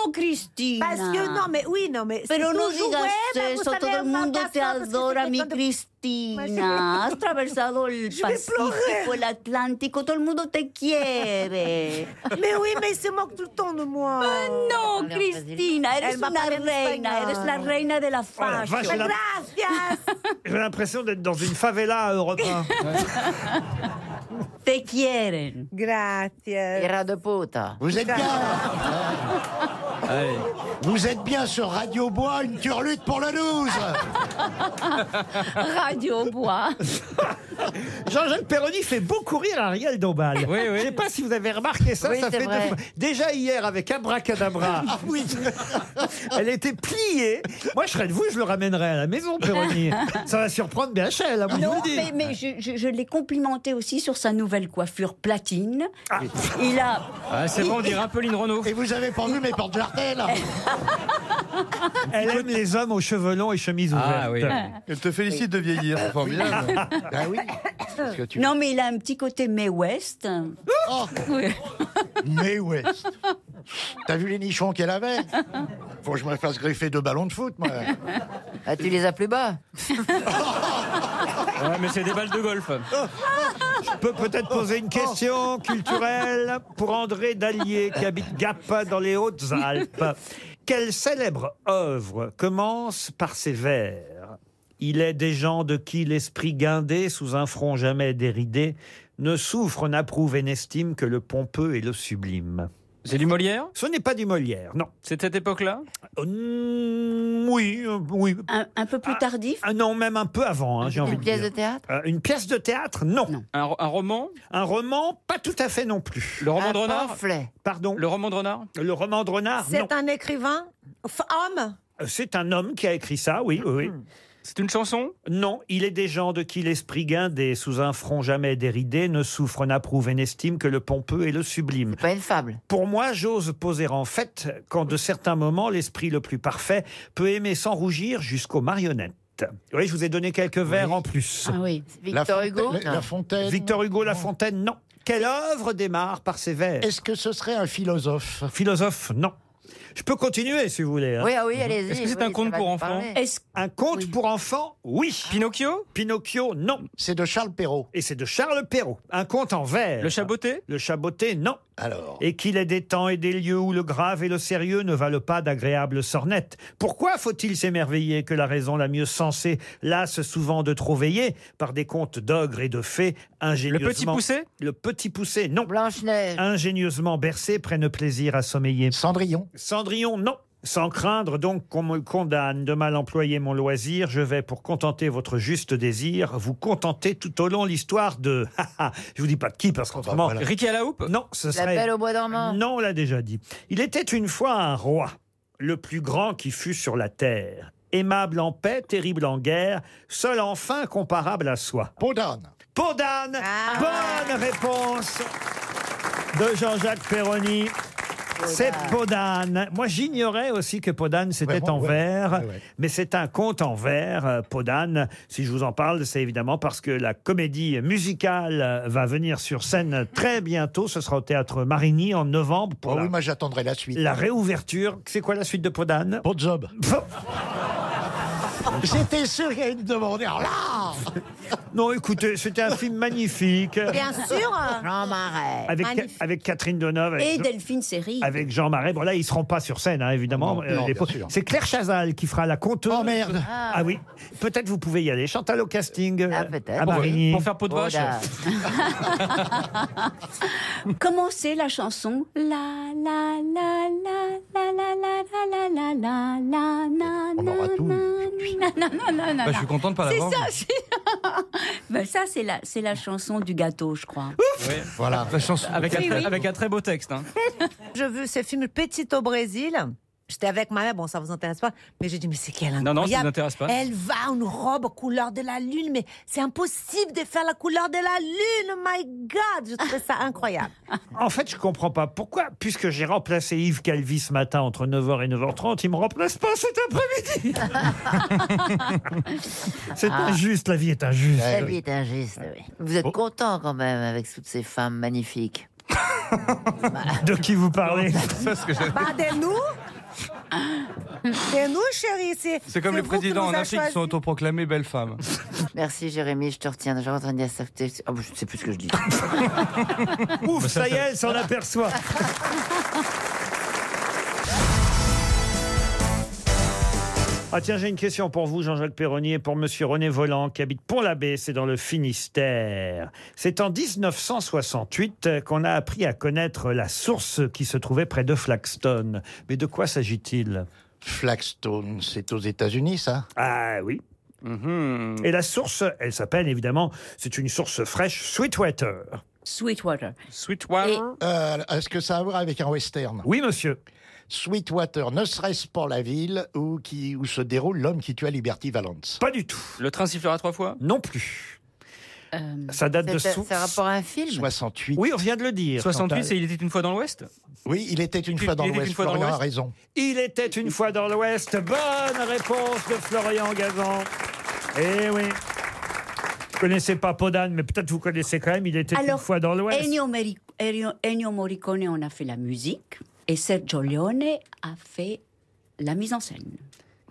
S7: non, Christine.
S5: Parce que, non, mais oui, non, mais. c'est
S7: Pero no
S5: toujours,
S7: digas
S5: ouais, mais vous
S7: eso,
S5: savez,
S7: todo el
S5: ma
S7: mundo te
S5: personne, parce que
S7: adora,
S5: c'est
S7: mi
S5: quelqu'un de-
S7: Cristina. Has atravesado el
S5: Je vais
S7: Pacífico,
S5: pleurer.
S7: el Atlántico, todo el mundo te quiere. Ah,
S5: Mais oui, mais il se moque tout le temps de moi.
S7: No, Cristina, eres
S5: Elle va
S7: una
S5: parler en
S7: reina,
S5: espagnol.
S7: eres la reina
S8: Ah,
S7: de la
S3: la vache,
S7: fashion.
S3: elle a-
S5: Gracias.
S3: J'ai l'impression d'être dans une favela à Europe 1.
S7: Te quieren.
S5: Gracias.
S12: Ira de puta.
S9: Vous êtes bien, vous êtes bien sur Radio Bois, une turlute pour le 12
S7: Radio Bois.
S8: Ah,
S3: Jean-Jacques Perroni fait beaucoup rire Ariel Dombal.
S8: Oui, oui.
S3: Je sais pas si vous avez remarqué ça.
S12: Oui,
S3: ça
S12: c'est
S3: fait
S12: vrai.
S3: deux fois. Déjà hier avec Abracadabra. oui. Elle était pliée. Moi, je serais de vous, je le ramènerais à la maison, Perroni. ça va surprendre BHL, à hein, vous
S7: Non,
S3: le
S7: mais,
S3: dire.
S7: mais je, je- je l'ai complimenté aussi sur sa nouvelle coiffure platine. Il a.
S8: Ah, c'est bon, on dirait un peu Lynn Renault.
S9: Et vous avez pas vu mes portes hein? jartelles
S3: Elle aime les hommes aux cheveux longs et chemises ouvertes.
S8: Ah oui.
S4: Je te félicite de vieillir, c'est formidable.
S9: Ben oui. Parce que tu-
S7: Non, mais il a un petit côté May West. Oui.
S9: Mais ouais. T'as vu les nichons qu'elle avait Faut que je me fasse greffer deux ballons de foot, moi.
S12: Ah, tu les as plus bas
S8: Ouais, mais c'est des balles de golf.
S3: Oh, Je peux peut-être poser une question culturelle pour André Dallier qui habite Gap dans les Hautes-Alpes. Quelle célèbre œuvre commence par ces vers Il est des gens de qui l'esprit guindé sous un front jamais déridé ne souffre, n'approuve et n'estime que le pompeux et le sublime.
S8: C'est du Molière
S3: Ce n'est pas du Molière, non.
S8: C'est de cette époque-là
S3: Hum, oui, euh, oui.
S7: Un, un peu plus tardif.
S3: Ah non, même un peu avant, hein, j'ai envie
S12: Une
S3: de
S12: pièce de
S3: dire.
S12: théâtre
S3: Euh, une pièce de théâtre non.
S8: un, ro- un roman
S3: Un roman Pas tout à fait non plus.
S8: Le roman de
S12: Un
S8: renard
S12: pamphlet.
S3: Pardon
S8: Le roman de renard
S3: Le roman de renard, Ah, non.
S5: C'est un écrivain F- homme
S3: Euh, C'est un homme qui a écrit ça, oui, oui. oui.
S8: C'est une chanson
S3: Non, il est des gens de qui l'esprit guindé, sous un front jamais déridé, ne souffre, n'approuve et n'estime que le pompeux et le sublime.
S12: Pas une fable.
S3: Pour moi, j'ose poser en fait quand de certains moments, l'esprit le plus parfait peut aimer sans rougir jusqu'aux marionnettes. Oui, je vous ai donné quelques vers en plus.
S7: Ah oui.
S9: La
S12: Victor
S9: Fontaine-
S12: Hugo
S9: La,
S12: Non.
S9: la Fontaine.
S3: Victor Hugo, La
S9: Non.
S3: Fontaine, non. Quelle œuvre démarre par ces vers
S9: Est-ce que ce serait un philosophe
S3: Philosophe, non. Je peux continuer si vous voulez. hein.
S12: Oui, ah oui, allez-y.
S8: Est-ce que c'est
S12: oui,
S8: un
S12: ça
S8: conte
S12: va
S8: pour
S12: nous
S8: enfants
S12: parler.
S7: Est-ce
S3: Un conte
S7: Oui.
S3: pour enfants, oui.
S8: Pinocchio
S3: Pinocchio, non.
S9: C'est de Charles Perrault.
S3: Et c'est de Charles Perrault. Un conte en vers.
S8: Le chaboté
S3: Le chaboté, non.
S9: Alors.
S3: Et qu'il est des temps et des lieux où le grave et le sérieux ne valent pas d'agréables sornettes. Pourquoi faut-il s'émerveiller que la raison la mieux sensée lasse souvent de trop veiller par des contes d'ogres et de fées
S8: Le
S3: ingénieusement...
S8: petit poussé
S3: Le petit poussé, non.
S12: Blanche-Neige.
S3: Ingénieusement bercé prennent plaisir à sommeiller.
S9: Cendrillon.
S3: Cendrillon, non. Sans craindre donc qu'on me condamne de mal employer mon loisir, je vais, pour contenter votre juste désir, vous contenter tout au long l'histoire de... je vous dis pas de qui, parce qu'autrement...
S8: voilà. Ricky à la houppe
S3: Non, ce
S12: La
S3: serait...
S12: Belle au bois dormant.
S3: Non, on l'a déjà dit. Il était une fois un roi, le plus grand qui fut sur la terre. Aimable en paix, terrible en guerre, seul enfin comparable à soi. Podane Podane Bonne réponse de Jean-Jacques Perroni. C'est Podane. Moi, j'ignorais aussi que Podane, c'était
S9: Ouais, moi,
S3: en
S9: ouais.
S3: vers,
S9: Ouais, ouais.
S3: mais c'est un conte en vers, euh, Podane. Si je vous en parle, c'est évidemment parce que la comédie musicale euh, va venir sur scène très bientôt. Ce sera au théâtre Marigny en novembre. Pour
S9: Ah
S3: la,
S9: oui, moi j'attendrai la suite.
S3: la réouverture. C'est quoi la suite de Podane
S9: Podjob. J'étais sûr qu'il allait nous demander. Alors là
S3: non, écoutez, c'était un film magnifique.
S5: Bien sûr.
S12: Jean Marais.
S3: Avec,
S12: Magnifique.
S3: avec Catherine Deneuve. avec
S7: Et
S3: Jean-
S7: Delphine Seyrie.
S3: avec Jean Marais. Bon, là, ils seront pas sur scène, hein, évidemment.
S9: Non,
S3: Euh,
S9: non,
S3: les
S9: bien
S3: po-
S9: sûr.
S3: C'est Claire Chazal qui fera la conteuse.
S9: Oh merde
S12: Ah.
S3: Ah oui, peut-être vous pouvez y aller. Chantal au casting euh,
S12: Ah, peut-être.
S3: à
S8: Pour,
S3: Marigny.
S8: pour faire peau de vache.
S12: Podane.
S7: Comment c'est la chanson La la la la la la la la la la la la na,
S9: On aura
S7: na,
S9: tout.
S7: na, na, na, na, na,
S4: Bah, je suis
S7: na.
S4: content de pas
S7: C'est
S4: l'avoir.
S7: ça, c'est- Ben, ça c'est la, c'est la chanson du gâteau, je crois.
S9: Voilà.
S4: La chanson.
S8: Avec, un, très- avec un très beau texte. hein.
S5: Je vu ce film Petit au Brésil. J'étais avec ma mère, bon, ça vous intéresse pas, mais j'ai dit, mais c'est qu'elle
S8: Non, non, ça ne
S5: incroyable.
S8: t'intéresse pas.
S5: Elle va en robe couleur de la lune, mais c'est impossible de faire la couleur de la lune, my God! Je trouvais ça incroyable.
S3: En fait, je comprends pas pourquoi, puisque j'ai remplacé Yves Calvi ce matin entre 9h et 9h30, il me remplace pas cet après-midi. C'est injuste, Oh. la vie est injuste.
S12: La vie est injuste, Ah. Eh oui. Vous êtes content quand même avec toutes ces femmes magnifiques.
S3: De qui vous parlez
S5: Bah, de nous! De nous, chérie, c'est.
S4: C'est comme les
S5: vous qui
S4: présidents en
S5: nous a
S4: Afrique qui sont
S5: choisis.
S4: autoproclamés belles femmes.
S12: Merci Jérémy, je te retiens. J'ai entendu à sa Oh, je ne sais plus ce que je dis.
S3: Ouf, ça y est, elle s'en aperçoit. Ah tiens, j'ai une question pour vous, Jean-Jacques Perroni, et pour Monsieur René Volant, qui habite Pont-l'Abbé, c'est dans le Finistère. C'est en 1968 euh, qu'on a appris à connaître la source qui se trouvait près de Flaxton. Mais de quoi s'agit-il
S9: Flagstone, c'est aux États-Unis, ça
S3: Ah oui.
S8: Mhm.
S3: Et la source, elle s'appelle évidemment, c'est une source fraîche, Sweetwater.
S7: Sweetwater.
S8: Sweetwater.
S9: Euh, Est-ce que ça a à voir avec un western
S3: Oui, monsieur.
S9: Sweetwater, ne serait-ce pas la ville où, qui, où se déroule l'homme qui tua Liberty Valance
S3: Pas du tout.
S8: Le train sifflera trois fois.
S3: Non plus.
S7: Euh,
S3: Ça date de
S12: C'est
S3: source.
S12: un rapport à un film
S9: 68.
S3: Oui, on vient de le dire.
S8: 68,
S3: Chantal.
S8: c'est il était une fois dans l'Ouest.
S9: Oui, il était une
S8: Il
S9: fois dans
S8: était une
S9: l'Ouest.
S8: fois dans
S9: Florian a
S8: l'Ouest.
S9: raison.
S3: Il était une fois dans l'Ouest. Bonne réponse de Florian Gazan. Eh oui. Vous connaissez pas Podane, mais peut-être vous connaissez quand même. Il était
S7: Alors,
S3: une fois dans l'Ouest.
S7: Ennio, Meri- Ennio- Ennio Morricone en a fait la musique et Sergio Leone a fait la mise en scène.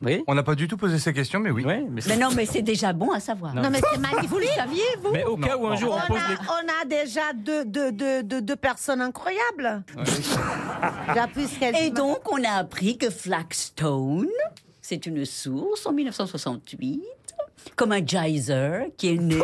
S8: Oui.
S4: On n'a pas du tout posé ces questions, mais oui.
S8: Ouais, mais, c'est-
S7: Mais non, mais c'est déjà bon à savoir.
S8: Non.
S5: Non, mais c'est magnifique. Vous le saviez, vous?
S8: mais au cas où un
S5: On
S8: jour
S5: a,
S8: on pose les.
S5: on a déjà deux, deux, deux, deux, deux personnes incroyables. J'appuie ce qu'elle
S7: Et
S5: dit.
S7: donc, on a appris que Flagstone, c'est une source en 1968, comme un geyser qui est né,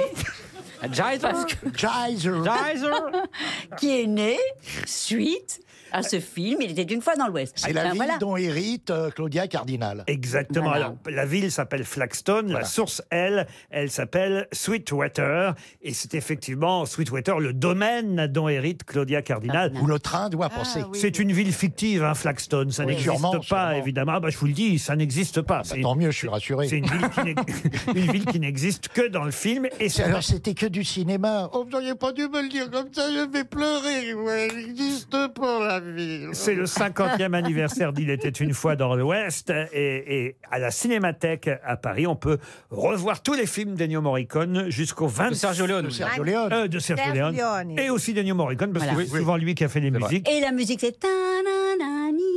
S8: Geyser.
S9: Geyser.
S8: Geyser.
S7: qui est né suite à ce film. Il était une fois dans l'Ouest.
S9: C'est la
S7: Enfin,
S9: ville
S7: Ah, ben voilà.
S9: dont hérite euh, Claudia Cardinal.
S3: Exactement.
S7: Voilà.
S3: Alors, la ville s'appelle Flagstone. La source, elle, elle s'appelle Sweetwater. Et c'est effectivement Sweetwater, le domaine dont hérite Claudia Cardinal.
S9: Où le train doit
S7: Ah
S9: passer.
S3: C'est une ville fictive, hein, Flagstone. Ça
S9: Oui,
S3: n'existe
S9: sûrement,
S3: pas,
S9: sûrement.
S3: évidemment. Ah, bah, je vous le dis, ça n'existe pas.
S9: Bah,
S3: C'est-
S9: tant mieux, je suis
S3: C'est
S9: rassuré.
S3: une ville qui n'ex- une ville qui n'existe que dans le film. Et c'est
S9: Alors c'était que du cinéma. Oh, vous n'auriez pas dû me le dire comme ça, je vais pleurer. Ouais, elle n'existe pas la ville.
S3: C'est le 50e anniversaire d'Il était une fois dans l'Ouest. Et, et à la Cinémathèque à Paris, on peut revoir tous les films d'Ennio Morricone jusqu'au 20
S8: De Sergio Leone.
S9: Sergio Leone.
S3: Euh, de Sergio
S5: Sergio
S3: Leone.
S5: Leone.
S3: Et aussi d'Ennio Morricone, parce que
S7: Voilà.
S3: c'est souvent lui qui a fait les musiques.
S7: Et la musique, c'est...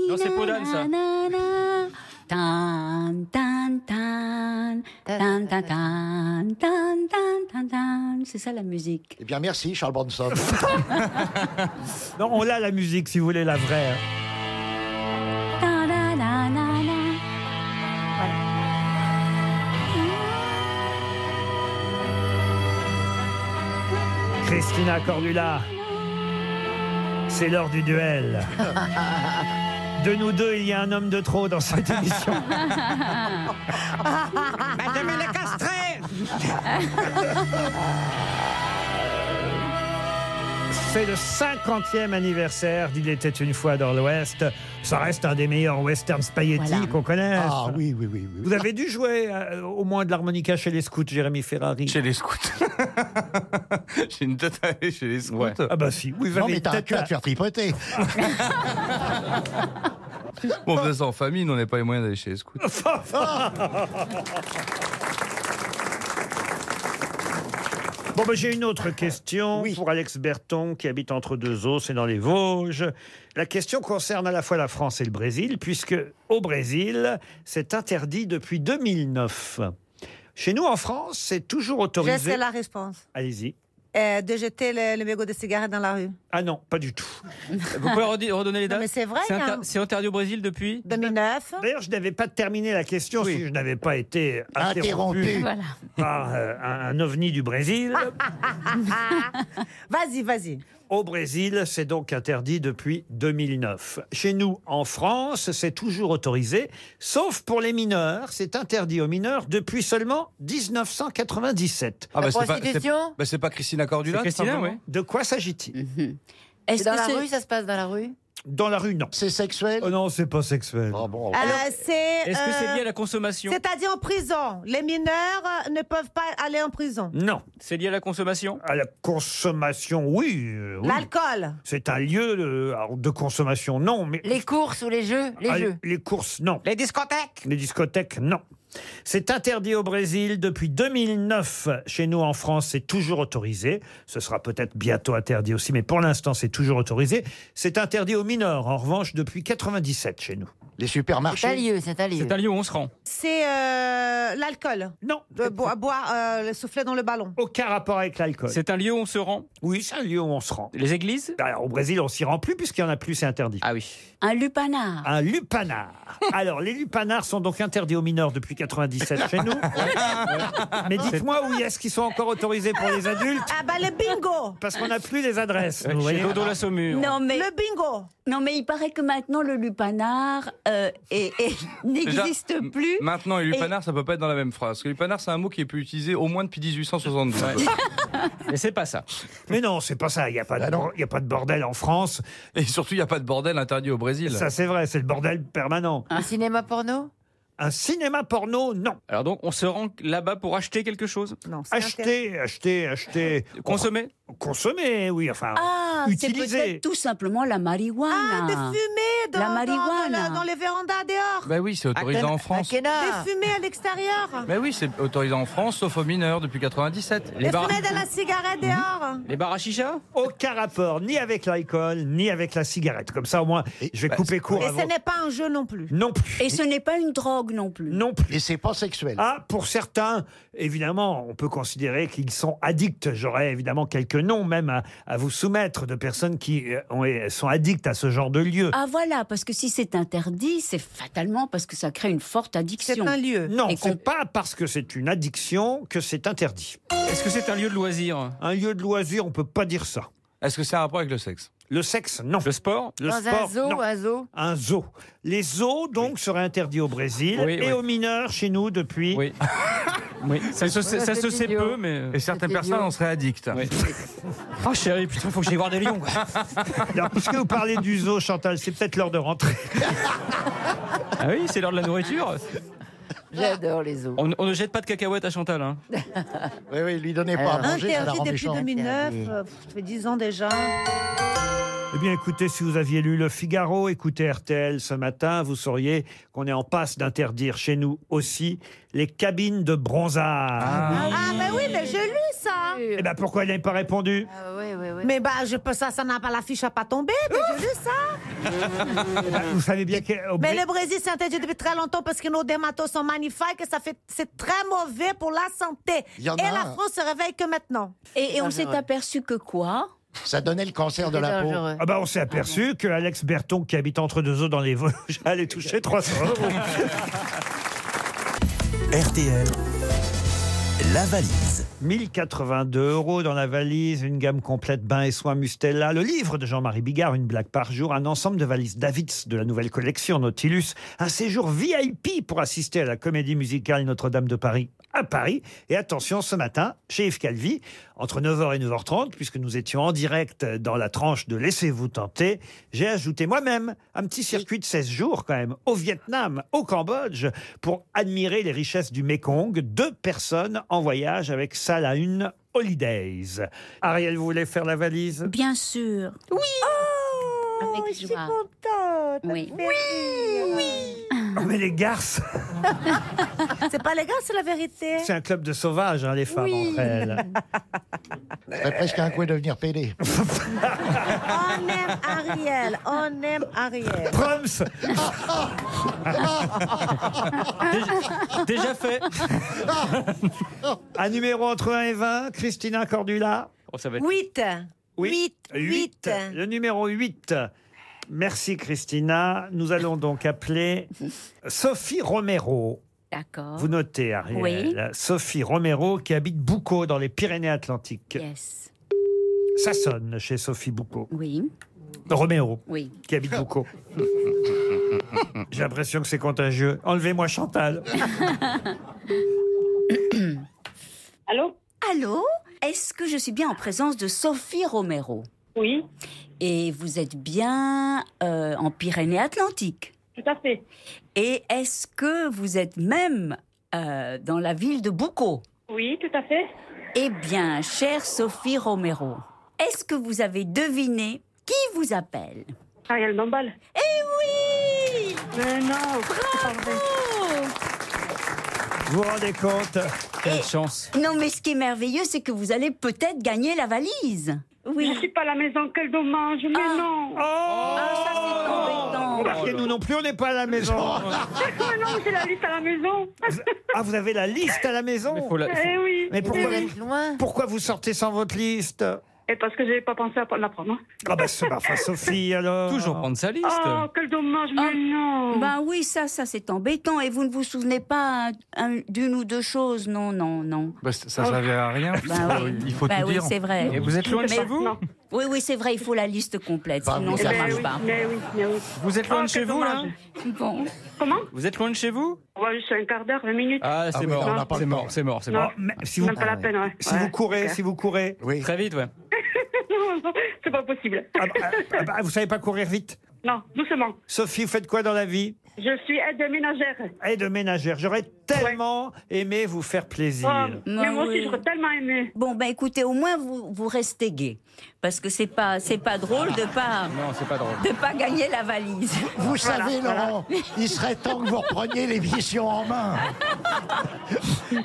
S7: Non,
S8: c'est Podane, ça.
S7: Tan, tan, tan, tan, tan, tan, tan, tan, tan, tan. C'est ça la musique.
S9: Eh bien, merci, Charles Bronson.
S3: Non, on l'a la musique, si vous voulez, la vraie. hein.
S7: Ta, da, da, da, da.
S3: Christina Cordula. C'est l'heure du duel. De nous deux, il y a un homme de trop dans cette émission.
S6: Madame est
S3: C'est le 50e anniversaire d'Il était une fois dans l'Ouest. Ça reste un des meilleurs westerns spaghetti
S9: Voilà.
S3: qu'on connaisse.
S9: Ah oui, oui, oui. oui.
S3: Vous avez dû jouer euh, au moins de l'harmonica chez les scouts, Jérémy Ferrari. Chez
S4: les scouts. J'ai une tête à aller chez les scouts.
S3: Ah bah si, oui, vous
S9: non,
S3: avez
S9: mais t'as un
S3: peut-être
S9: cul à te faire tripoter.
S4: Bon, on faisait ça en famille, nous, on n'avait pas les moyens d'aller chez les scouts.
S3: Bon, ben, j'ai une autre question pour Alex Berton qui habite entre deux eaux, c'est dans les Vosges. La question concerne à la fois la France et le Brésil, puisque au Brésil, c'est interdit depuis 2009. Chez nous, en France, c'est toujours
S5: Je
S3: autorisé.
S5: sais la réponse.
S3: Allez-y.
S5: Euh, de jeter le, le mégot de cigarette dans la rue.
S3: Ah non, pas du tout.
S8: Vous pouvez redi- redonner les
S5: Non,
S8: dates
S5: mais c'est vrai, hein. il y a
S8: inter-
S5: un-
S8: C'est interdit au Brésil depuis
S5: 2009.
S3: D'ailleurs, je n'avais pas terminé la question si je n'avais pas été interrompu,
S9: Interrompu.
S5: Voilà.
S3: par euh, un, un ovni du Brésil.
S5: vas-y, vas-y.
S3: Au Brésil, c'est donc interdit depuis 2009. Chez nous, en France, c'est toujours autorisé, sauf pour les mineurs. C'est interdit aux mineurs depuis seulement 1997.
S4: Ah,
S12: La
S4: c'est pas- c'est
S12: prostitution
S4: bah, c'est pas Christina Cordula
S8: C'est Christina,
S4: simplement
S8: oui.
S3: De quoi s'agit-il
S12: C'est
S7: Est-ce
S12: Dans
S7: que
S12: la
S7: c'est-
S12: rue, ça se passe dans la rue
S3: Dans la rue, non.
S9: C'est sexuel
S3: Oh non, c'est pas sexuel.
S9: Ah bon.
S5: Euh, c'est.
S8: Est-ce que c'est
S5: euh,
S8: lié à la consommation
S5: C'est-à-dire en prison. Les mineurs euh, ne peuvent pas aller en prison.
S3: Non.
S8: C'est lié à la consommation
S3: À la consommation, oui. euh, oui.
S5: L'alcool.
S3: C'est un lieu euh, alors, de consommation, non, mais.
S12: Les courses ou les jeux Les
S3: Ah,
S12: jeux.
S3: les courses, non.
S6: Les discothèques
S3: Les discothèques, non. C'est interdit au Brésil depuis 2009. Chez nous, en France, c'est toujours autorisé. Ce sera peut-être bientôt interdit aussi, mais pour l'instant, c'est toujours autorisé. C'est interdit aux mineurs, en revanche, depuis 97 chez nous.
S9: Les
S12: C'est un
S9: supermarchés.
S12: lieu, c'est un lieu.
S8: C'est un lieu où on se rend.
S5: C'est euh, l'alcool.
S3: Non,
S5: De bo- boire, euh, le souffler dans le ballon.
S3: aucun rapport avec l'alcool.
S8: C'est un lieu où on se rend.
S3: Oui, c'est un lieu où on se rend.
S8: Les églises
S3: Alors, au Brésil, on s'y rend plus puisqu'il y en a plus, c'est interdit.
S8: Ah oui.
S7: Un lupanard.
S3: Un lupanar. Alors, les lupanards sont donc interdits aux mineurs depuis 97 chez nous. Mais dites-moi où est-ce qu'ils sont encore autorisés pour les adultes
S5: Ah bah le bingo.
S3: Parce qu'on n'a plus les adresses. vous
S8: Euh, Chez
S3: voyez.
S8: Dodo la Saumure.
S7: Non mais,
S5: Le bingo.
S7: non, mais il paraît que maintenant, le lupanard euh, est- est-
S4: Déjà,
S7: n'existe
S4: m-
S7: plus.
S4: Maintenant, et lupanard, ça peut pas être dans la même phrase. Parce que lupanard, c'est un mot qui est plus utilisé au moins depuis 1872.
S8: Mais c'est pas ça. Bah
S3: Mais non, c'est pas ça. Il n'y a, pas de- il y a pas de bordel en France.
S4: Et surtout, il n'y a pas de bordel interdit au Brésil.
S3: Ça, c'est vrai, c'est le bordel permanent.
S12: Un cinéma porno
S3: Un cinéma porno, non.
S8: Alors donc, on se rend là-bas pour acheter quelque chose
S5: Non, c'est interdit.
S3: Acheter, acheter, acheter.
S8: Consommer
S3: Consommer, oui, enfin.
S7: Ah, c'est
S3: Utiliser.
S7: peut-être tout simplement la
S5: Ah,
S7: marijuana.
S5: de fumer dans,
S7: La
S5: dans- dans
S7: marijuana.
S5: le- dans les vérandas dehors.
S4: Bah oui, c'est autorisé en France.
S12: Kenard
S5: Des fumées à l'extérieur.
S4: Mais oui, c'est autorisé en France, sauf aux mineurs, depuis 97.
S5: Des
S8: Les bars,
S5: fumées de la cigarette dehors.
S4: Mmh.
S8: les bars à chicha
S3: Aucun rapport, ni avec l'alcool, ni avec la cigarette. Comme ça, au moins, je
S8: bah,
S3: vais couper court
S5: Et
S3: à
S5: ce
S3: vos-
S5: n'est pas un jeu non plus.
S3: Non plus.
S7: Et ce n'est pas une drogue non plus.
S3: Non plus.
S9: Et c'est pas sexuel.
S3: Ah, pour certains, évidemment, on peut considérer qu'ils sont addicts. J'aurais évidemment quelques noms même à, à vous soumettre de personnes qui euh, ont- sont addictes à ce genre de lieu.
S7: Ah voilà, parce que si c'est interdit, c'est fatalement parce que ça crée une forte
S5: C'est
S7: addiction.
S5: un lieu.
S3: Non,
S7: Et
S3: c'est
S7: qu'on-
S3: pas parce que c'est une addiction que c'est interdit.
S8: Est-ce que c'est un lieu de loisir
S3: Un lieu de loisir, on peut pas dire ça.
S4: Est-ce que c'est un rapport avec le sexe
S3: Le sexe, non.
S8: Le sport
S3: Le
S12: Dans
S3: sport,
S12: un zoo,
S3: non.
S12: un zoo
S3: Un zoo. Les zoos, donc, seraient interdits au Brésil
S8: Oui,
S3: et
S8: oui.
S3: aux mineurs chez nous depuis.
S8: Oui. oui. Ça se, ça
S12: Ouais,
S8: se
S12: c'est
S8: sait
S12: idiot.
S8: peu, mais. euh,
S4: Et certaines
S12: C'était
S4: personnes
S12: idiot.
S4: en seraient addictes.
S8: Oui. Oh chérie, putain, faut que j'aille voir des lions. quoi.
S3: Alors, puisque vous parlez du zoo, Chantal, c'est peut-être l'heure de rentrer.
S8: Ah oui, c'est l'heure de la nourriture.
S12: J'adore les eaux.
S8: On, on ne jette pas de cacahuètes à Chantal. hein.
S9: Oui, oui, lui donnez
S12: Alors,
S9: pas à manger, ça la
S5: Interdit
S9: rend
S5: depuis
S9: méchante.
S5: 2009.
S12: Interdit.
S9: Mmh.
S5: euh, pff, ça fait 10 ans déjà.
S3: Eh bien, écoutez, si vous aviez lu Le Figaro, écoutez RTL ce matin, vous sauriez qu'on est en passe d'interdire chez nous aussi les cabines de bronzage.
S5: Ah, mais oui, mais j'ai lu ça.
S3: Eh bien, pourquoi il n'a pas répondu
S12: Ah oui, oui, oui.
S5: Mais bah, je peux ça, ça n'a pas la fiche à pas tomber. Mais
S3: Ah
S5: j'ai lu ça.
S3: Vous savez bien qu'au
S5: Mais
S3: Brésil-
S5: le Brésil s'est interdit depuis très longtemps parce que nos dématos sont magnifiques et ça fait, c'est très mauvais pour la santé.
S9: Il y en
S5: et
S9: a Ah,
S5: la
S9: un.
S5: France se réveille que maintenant.
S7: Et, et on s'est aperçu que quoi
S9: Ça donnait le cancer de
S12: C'est
S9: la peau.
S12: dangereux.
S3: Ah bah on s'est aperçu que Alex Berton, qui habite entre deux eaux dans les Vosges, allait toucher 300 euros.
S1: RTL,
S3: La valise. 1082 euros dans la valise, une gamme complète bains et soins Mustella, le livre de Jean-Marie Bigard, une blague par jour, un ensemble de valises Davids de la nouvelle collection Nautilus, un séjour VIP pour assister à la comédie musicale Notre-Dame de Paris à Paris. Et attention, ce matin, chez Yves Calvi, entre 9h et 9h30, puisque nous étions en direct dans la tranche de Laissez-vous tenter, j'ai ajouté moi-même un petit circuit de 16 jours quand même au Vietnam, au Cambodge, pour admirer les richesses du Mekong. Deux personnes en voyage avec Salahun Holidays. Ariel, vous voulez faire la valise
S7: Bien sûr.
S5: Oui.
S11: Oh,
S7: Avec joie. Oui.
S5: Oui.
S3: Oh, mais les garces
S5: C'est pas les gars, c'est la vérité.
S3: C'est un club de sauvages, hein, les femmes
S5: Oui.
S3: entre elles.
S9: C'est presque un coup de venir pédé.
S5: On aime Ariel. On aime Ariel.
S3: Proms
S8: Déjà- déjà fait.
S3: Un numéro entre 1 et 20, Christina Cordula. ça va
S5: 8.
S3: Oui. 8. Le numéro 8. Merci Christina. Nous allons donc appeler Sophie Romero.
S7: D'accord.
S3: Vous notez, Ariel.
S7: Oui.
S3: Sophie Romero qui habite Boucault dans les Pyrénées-Atlantiques.
S7: Yes.
S3: Ça sonne chez Sophie Boucault.
S7: Oui.
S3: Romero.
S7: Oui.
S3: Qui habite Boucault. J'ai l'impression que c'est contagieux. Enlevez-moi Chantal.
S7: Allô Allô Est-ce que je suis bien en présence de Sophie Romero
S13: Oui.
S7: Et vous êtes bien euh, en Pyrénées-Atlantiques
S13: Tout à fait.
S7: Et est-ce que vous êtes même euh, dans la ville de Boucault
S13: Oui, tout à fait.
S7: Eh bien, chère Sophie Romero, est-ce que vous avez deviné qui vous appelle
S13: Ariel Dombal.
S7: Eh oui
S13: Mais non, c'est pas vrai.
S3: Vous vous rendez compte
S8: Quelle chance.
S7: Non, mais ce qui est merveilleux, c'est que vous allez peut-être gagner la valise.
S13: Oui. Je suis pas à la maison, quel dommage, mais
S11: Ah.
S13: non.
S11: Oh.
S7: Ah,
S3: Remarquez-nous non plus, on n'est pas à la maison.
S13: Mais non, j'ai la liste à la maison.
S3: Ah, vous avez la liste à la maison
S13: faut la- Eh oui.
S3: Mais
S13: Et
S3: pourquoi,
S13: vous
S3: vous,
S13: êtes
S3: pourquoi vous sortez sans votre liste
S13: Et parce que j'avais pas pensé à la prendre. hein.
S3: Ah bah, c'est- bah, enfin, Sophie, alors...
S8: Toujours prendre sa liste.
S13: Oh, quel dommage, mais non.
S7: Ben oui, ça, ça c'est embêtant. Et vous ne vous souvenez pas un- d'une ou deux choses Non, non, non.
S4: Bah, c- ça ne servait à rien.
S7: Oh. Bah oui.
S4: Il faut
S7: Bah
S4: tout
S7: oui,
S4: dire.
S7: c'est vrai.
S4: Et vous êtes loin de
S7: Mais-
S4: chez vous Bah,
S13: Non.
S7: Oui, oui, c'est vrai, il faut la liste complète, sinon ça
S13: Eh
S7: marche
S13: oui,
S7: pas.
S13: Mais oui, mais oui.
S8: Vous êtes loin
S13: Oh,
S8: de chez
S13: quel
S8: vous, là
S13: dommage.
S7: Bon.
S13: Comment
S8: Vous êtes loin de chez vous
S13: Ouais, je suis un quart d'heure, 20 minutes.
S8: Ah, c'est mort. C'est mort, c'est mort, c'est
S13: Non.
S8: mort.
S3: Mais si
S13: Même
S3: vous-
S13: pas la peine, ouais.
S3: Si
S13: Ouais,
S3: vous courez,
S13: ok.
S3: si vous courez...
S8: Très vite, ouais.
S13: Non, non, c'est pas possible.
S3: Ah bah, ah bah, vous savez pas courir vite
S13: Non, doucement.
S3: Sophie, vous faites quoi dans la vie
S13: Je suis aide ménagère.
S3: Aide ménagère. J'aurais tellement aimé vous faire plaisir.
S13: Oh, mais
S7: Bah
S13: moi aussi,
S7: oui.
S13: j'aurais tellement aimé.
S7: Bon, ben écoutez, au moins vous, vous restez gai. Parce que c'est pas, c'est pas drôle de pas,
S8: Non, c'est pas drôle.
S7: de pas gagner la valise.
S9: Vous savez, Laurent, il serait temps que vous repreniez l'émission en main.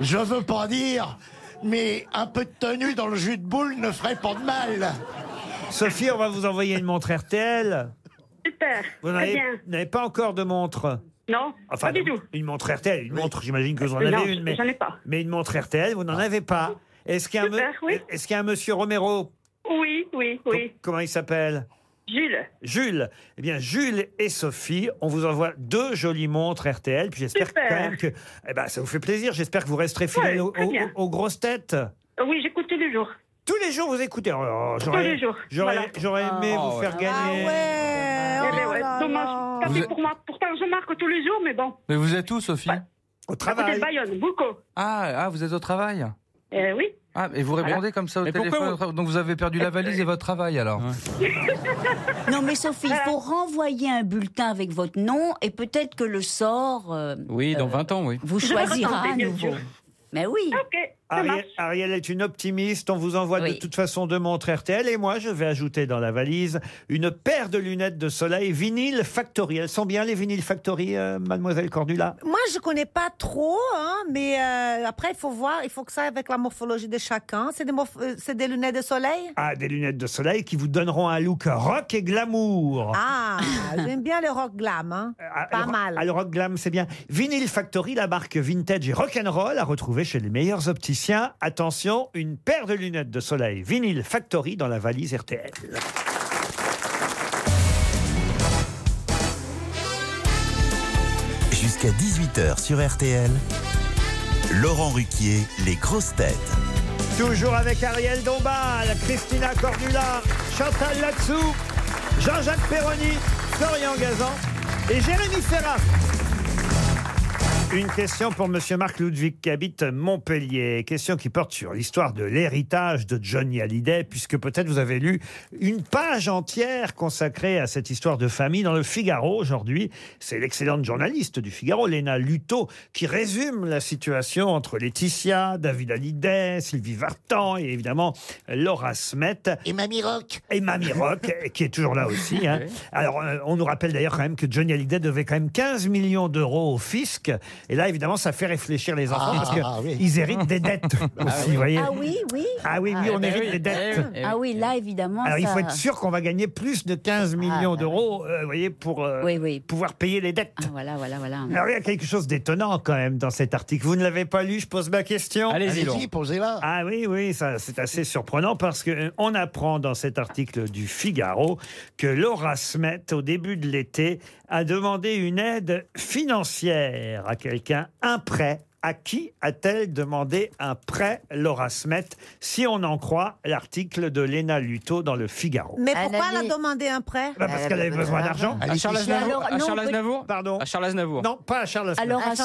S9: Je veux pas dire, mais un peu de tenue dans le jus de boule ne ferait pas de mal.
S3: Sophie, on va vous envoyer une montre RTL.
S13: Super.
S3: Vous
S13: Très
S3: n'avez
S13: bien.
S3: vous n'avez pas encore de montre
S13: Non,
S3: Enfin,
S13: pas du
S3: non,
S13: tout.
S3: une montre RTL. Une montre, j'imagine que vous en
S13: Non,
S3: avez une. Mais,
S13: j'en ai pas. Ah.
S3: mais une montre RTL, vous n'en avez pas. Est-ce qu'il y, a un me-
S13: Super, oui.
S3: est-ce qu'il y a un monsieur Romero
S13: Oui, oui, oui.
S3: Comment il s'appelle
S13: Jules,
S3: Jules. Eh bien, Jules et Sophie, on vous envoie deux jolies montres RTL. Puis j'espère
S13: Super.
S3: quand même que eh ben, ça vous fait plaisir. J'espère que vous resterez fidèle
S13: Ouais,
S3: aux,
S13: très
S3: aux-
S13: bien.
S3: aux grosses têtes.
S13: oui, j'écoute tous les jours.
S3: Tous les jours, vous écoutez. Oh,
S13: Tous
S3: j'aurais-
S13: les jours,
S3: J'aurais
S13: voilà.
S3: j'aurais aimé
S8: Ah,
S3: vous
S8: ouais.
S3: faire
S5: Ah
S3: gagner.
S5: ouais.
S13: Eh ben
S5: oh
S13: ouais,
S5: là
S13: dommage.
S5: là.
S13: Tant
S4: Vous
S13: pis
S4: êtes-
S13: pour moi. Pourtant, je marque tous les jours, mais bon.
S4: Mais vous êtes où, Sophie
S3: Au
S13: À côté de
S3: travail.
S13: Bayonne, beaucoup.
S4: ah, ah, vous êtes au travail
S13: Eh oui.
S4: ah, et vous répondez comme ça au
S8: Mais pourquoi Eh,
S4: téléphone. Donc vous avez perdu la valise et votre travail alors.
S7: Non, mais Sophie, il faut renvoyer un bulletin avec votre nom et peut-être que le sort euh,
S8: Oui, dans 20 ans, oui.
S7: vous
S13: Je vais
S7: choisira
S13: retenter,
S7: à
S13: bien
S7: nouveau.
S13: sûr. Ah,
S7: Mais oui.
S13: Ok, ça
S3: Ariel,
S13: marche.
S3: Ariel est une optimiste. On vous envoie de
S7: Oui.
S3: toute façon deux montres RTL. Et moi, je vais ajouter dans la valise une paire de lunettes de soleil vinyle factory. Elles sont bien les vinyles factory, euh, mademoiselle Cordula
S5: Moi, je connais pas trop, hein, mais euh, après, il faut voir, il faut que ça aille avec la morphologie de chacun. C'est des, morph- euh, c'est des lunettes de soleil
S3: Ah, des lunettes de soleil qui vous donneront un look rock et glamour.
S5: Ah, j'aime bien le rock glam. Hein.
S3: Ah,
S5: pas
S3: le-
S5: mal.
S3: ah, le rock glam, c'est bien. Vinyl Factory, la marque vintage et rock'n'roll à retrouver chez les meilleurs opticiens. Attention, une paire de lunettes de soleil Vinyl Factory dans la valise RTL.
S1: Jusqu'à 18h sur RTL, Laurent Ruquier, les grosses têtes.
S3: Toujours avec Ariel Dombal, Christina Cordula, Chantal Latsou, Jean-Jacques Perroni, Florian Gazan et Jérémy Ferrat. Une question pour Monsieur Marc Ludwig qui habite Montpellier. Question qui porte sur l'histoire de l'héritage de Johnny Hallyday, puisque peut-être vous avez lu une page entière consacrée à cette histoire de famille dans le Figaro aujourd'hui. C'est l'excellente journaliste du Figaro, Léna Luto, qui résume la situation entre Laetitia, David Hallyday, Sylvie Vartan et évidemment Laura Smet. Et Mamie Rock. Et Mamie Rock, qui est toujours là aussi. hein.
S14: Oui.
S3: Alors, euh, on nous rappelle d'ailleurs quand même que Johnny Hallyday devait quand même 15 millions d'euros au fisc. Et là, évidemment, ça fait réfléchir les enfants
S9: Ah,
S3: parce qu'ils
S9: ah, oui.
S3: héritent des dettes aussi, vous voyez.
S7: Ah oui, oui.
S3: Ah Eh oui, eh oui, on hérite des dettes.
S7: Ah oui, là, évidemment.
S3: Alors, il
S7: ça- Ah, bah
S3: faut être sûr qu'on va gagner plus de 15 millions d'euros, euh, vous voyez, pour euh, pouvoir payer les dettes.
S7: Ah, Voilà, voilà, voilà.
S3: Alors, il y a quelque chose d'étonnant quand même dans cet article. Vous ne l'avez pas lu, je pose ma question.
S9: Allez-y, Allez-y, Laurent.
S3: posez-la. Ah oui, oui, ça, c'est assez surprenant parce que euh, on apprend dans cet article du Figaro que Laura Smet, au début de l'été, a demandé une aide financière à quelqu'un, un prêt. À qui a-t-elle demandé un prêt, Laura Smet, si on en croit l'article de Léna Luto dans le Figaro
S5: Mais pourquoi elle a demandé un prêt
S3: Bah, Parce qu'elle avait besoin d'argent.
S8: À Charles Aznavour À Charles Aznavour
S3: Pardon
S8: À Charles Aznavour
S3: Non, pas à Charles Aznavour.
S7: Alors, à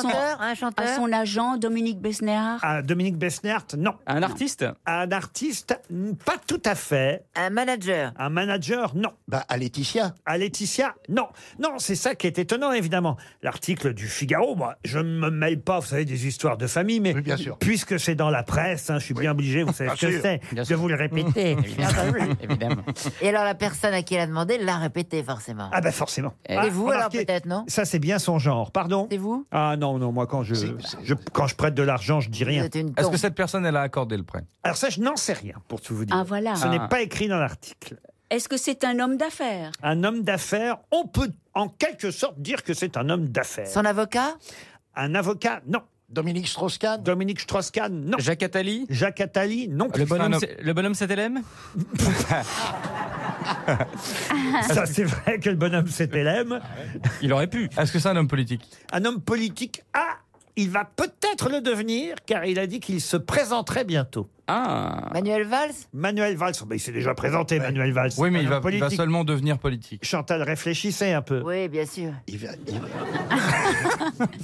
S7: son, à son agent, Dominique Besnéard.
S3: À Dominique Besnert, non.
S8: Un artiste
S3: Un artiste, n- pas tout à fait.
S12: Un manager
S3: Un manager, non.
S9: Bah, à Laetitia
S3: À Laetitia, non. Non, c'est ça qui est étonnant, évidemment. L'article du Figaro, moi, je ne me mêle pas, vous savez, des histoires de famille, mais
S9: sûr. Ah,
S3: puisque c'est dans la presse, hein, je suis bien obligé, vous savez
S9: Bien
S3: ce que
S9: sûr.
S3: c'est, de vous le répéter. Ah, bah
S12: Évidemment. Et alors, la personne à qui elle a demandé l'a répété, forcément.
S3: Ah ben forcément.
S12: Et
S3: Ah,
S12: vous, alors,
S3: remarquez,
S12: peut-être, non
S3: Ça, c'est bien son genre. Pardon
S12: C'est vous
S3: Ah non, non, moi, quand je, je- quand je prête de l'argent, je dis rien.
S4: Est-ce que cette personne, elle a accordé le prêt
S3: Alors ça, je n'en sais rien, pour tout vous dire.
S7: Ah, voilà.
S3: Ce n'est pas écrit dans l'article.
S7: Est-ce que c'est un homme d'affaires
S3: Un homme d'affaires, on peut en quelque sorte dire que c'est un homme d'affaires.
S12: Son avocat
S3: Un avocat, non.
S9: Dominique Strauss-Kahn
S3: Dominique Strauss-Kahn, non.
S8: Jacques Attali
S3: Jacques Attali, non.
S8: Le bonhomme,
S3: c'est-
S8: c'est- le bonhomme CTLM
S3: Ça, c'est vrai que le bonhomme, c'est LM.
S8: Ah Il aurait pu.
S4: Est-ce que c'est un homme politique
S3: Un homme politique, ah, il va peut-être le devenir, car il a dit qu'il se présenterait bientôt.
S8: Ah
S12: Manuel Valls
S3: Manuel Valls, oh, ben, il s'est déjà présenté, Manuel Valls.
S4: Oui, mais
S3: Un
S4: il va,
S3: homme
S4: il va
S3: politique.
S4: seulement devenir politique.
S3: Chantal, réfléchissez un peu.
S12: Oui, bien sûr.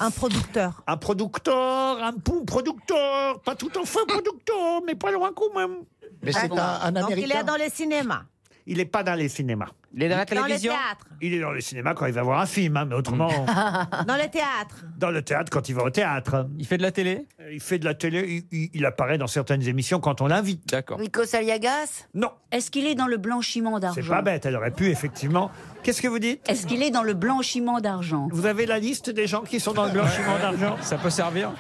S5: Un producteur.
S3: Un producteur, un pou producteur, pas tout à fait producteur, mais pas loin quand même.
S9: Mais
S5: Ah bon. Donc il est dans les cinémas.
S3: Il n'est pas dans les cinémas.
S8: Il est dans la
S5: Dans les théâtres.
S3: Il est dans les cinémas quand il va voir un film, hein, mais autrement,
S5: Dans les théâtres.
S3: dans le théâtre quand il va au théâtre.
S8: Il fait de la télé
S3: Euh, Il fait de la télé, il, il- il apparaît dans certaines émissions quand on l'invite.
S8: D'accord.
S12: Rico Saliagas
S3: Non.
S7: Est-ce qu'il est dans le blanchiment d'argent
S3: C'est pas bête, elle aurait pu effectivement. Qu'est-ce que vous dites
S7: Est-ce qu'il est dans le blanchiment d'argent
S3: Vous avez la liste des gens qui sont dans le blanchiment d'argent
S8: Ça peut servir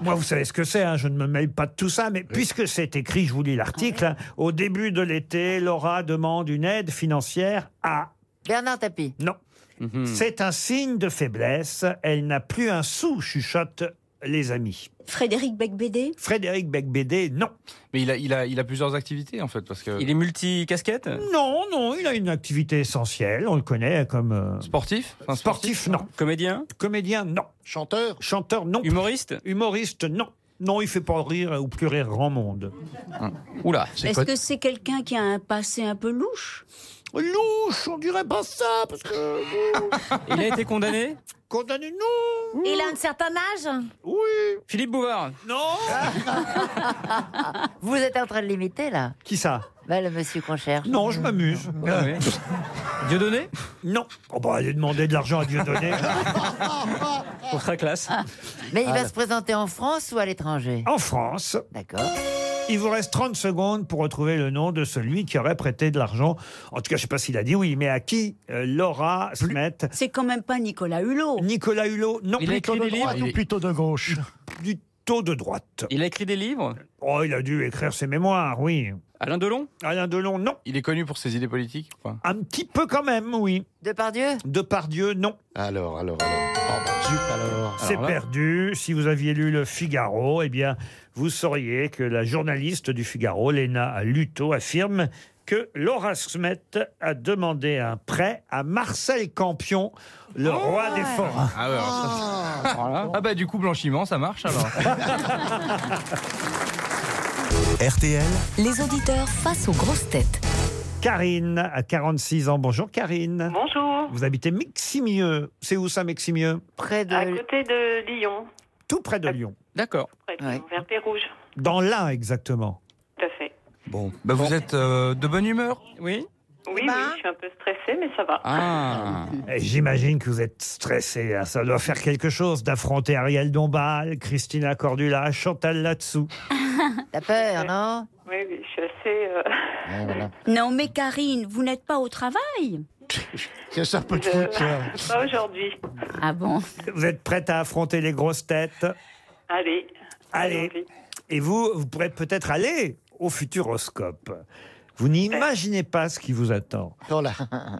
S3: Moi, vous savez ce que c'est, hein, je ne me mêle pas de tout ça, mais puisque c'est écrit, je vous lis l'article,
S8: Ah
S3: hein, au début de l'été, Laura demande une aide financière à...
S12: Bernard Tapie
S3: Non.
S8: Mhm.
S3: C'est un signe de faiblesse, elle n'a plus un sou, chuchote les amis.
S7: Frédéric Becbédé
S3: Frédéric Becbédé, non.
S4: Mais il a, il, a, il a plusieurs activités, en fait, parce que...
S8: Il est multi-casquette
S3: Non, non, il a une activité essentielle, on le connaît comme... euh,
S4: Sportif Enfin,
S3: Sportif, non.
S8: Comédien
S3: Comédien, non.
S9: Chanteur
S3: Chanteur, non.
S8: Humoriste
S3: Humoriste, non. Non, il fait pas rire euh, ou plus rire grand monde.
S8: Ah. Oula.
S7: Est-ce que c'est quelqu'un qui a un passé un peu louche
S3: Oh, Louche, on dirait pas ça, parce que...
S8: Il a été condamné
S3: Condamné, non
S5: Il a un certain âge
S3: Oui
S8: Philippe Bouvard
S3: Non
S12: Vous êtes en train de l'imiter, là
S3: Qui ça
S12: bah, Le monsieur qu'on cherche.
S3: Non, je m'amuse.
S8: Ah,
S3: Euh.
S8: Dieudonné
S3: Non. Oh bah, allez demander de l'argent à Dieu donné.
S8: Pour sa classe.
S12: Mais il
S3: Ah,
S12: va
S3: là.
S12: se présenter en France ou à l'étranger
S3: En France,
S12: D'accord.
S3: il vous reste 30 secondes pour retrouver le nom de celui qui aurait prêté de l'argent. En tout cas, je sais pas s'il a dit oui, mais à qui euh, Laura Smet
S7: C'est quand même pas Nicolas Hulot.
S3: Nicolas Hulot Non,
S8: Il a écrit des
S3: Ah,
S8: livres
S9: ou plutôt de gauche
S3: plutôt de droite.
S8: Il a écrit des livres
S3: Oh, il a dû écrire ses mémoires, oui.
S8: Alain Delon
S3: Alain Delon, non.
S4: Il est connu pour ses idées politiques ou pas
S3: Un petit peu quand même, oui.
S12: Depardieu
S3: Depardieu, non.
S9: Alors, alors, alors. Oh, bah, zut, alors.
S3: C'est perdu. Si vous aviez lu le Figaro, eh bien, vous sauriez que la journaliste du Figaro, Léna Luto, affirme que Laura Smet a demandé un prêt à Marcel Campion, le roi des forêts.
S4: Ah, ouais, alors
S3: Oh.
S4: ça, c'est- Voilà. Ah bah du coup blanchiment ça marche alors.
S8: Ah.
S1: RTL.
S2: Les auditeurs face aux grosses têtes.
S3: Karine à 46 ans. Bonjour Karine.
S13: Bonjour.
S3: Vous habitez Meximieux. C'est où ça Meximieux
S12: Près
S13: À côté de Lyon,
S3: Tout près
S13: Ah,
S3: de Lyon. D'accord.
S13: près de Lyon, vers Pérouge.
S3: Dans l'Ain exactement.
S13: Tout à fait.
S4: Bon, bah vous êtes euh, de bonne humeur Oui.
S13: Oui, oui, je suis un peu stressée, mais ça va. Ah.
S3: Et J'imagine que vous êtes stressé. hein. Ça doit faire quelque chose d'affronter Ariel Dombal, Christina Cordula, Chantal Latsou.
S12: T'as peur, non
S13: Oui, oui, je suis assez. euh,
S7: Non, mais Karine, vous n'êtes pas au travail
S9: Que ça peut te
S13: je-
S9: foutre ça
S13: Pas aujourd'hui.
S7: Ah bon
S3: Vous êtes prête à affronter les grosses têtes
S13: Allez.
S3: Allez. Et vous, vous pourrez peut-être aller au futuroscope. Vous n'imaginez pas ce qui vous attend.
S9: Oh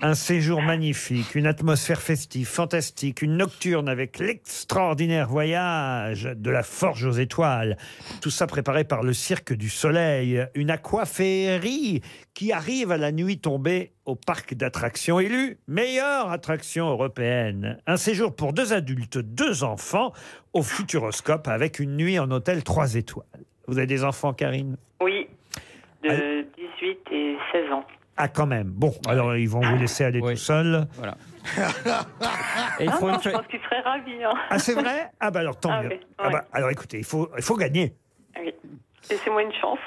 S3: Un séjour magnifique, une atmosphère festive, fantastique, une nocturne avec l'extraordinaire voyage de la forge aux étoiles. Tout ça préparé par le Cirque du Soleil, une aquaféerie qui arrive à la nuit tombée au parc d'attractions élu meilleure attraction européenne. Un séjour pour deux adultes, deux enfants au Futuroscope avec une nuit en hôtel trois étoiles. Vous avez des enfants, Karine
S13: Oui, de 18 et 16 ans.
S3: Ah, quand même. Bon, alors ils vont vous laisser aller tout seul. Voilà.
S13: Ah non, je pense qu'ils seraient ravis. hein.
S3: Ah, c'est vrai Ah, bah alors tant
S13: Ah
S3: mieux.
S13: oui,
S3: Ah
S13: ouais.
S3: bah, alors écoutez, il faut, il faut gagner.
S13: Oui. Laissez-moi une chance.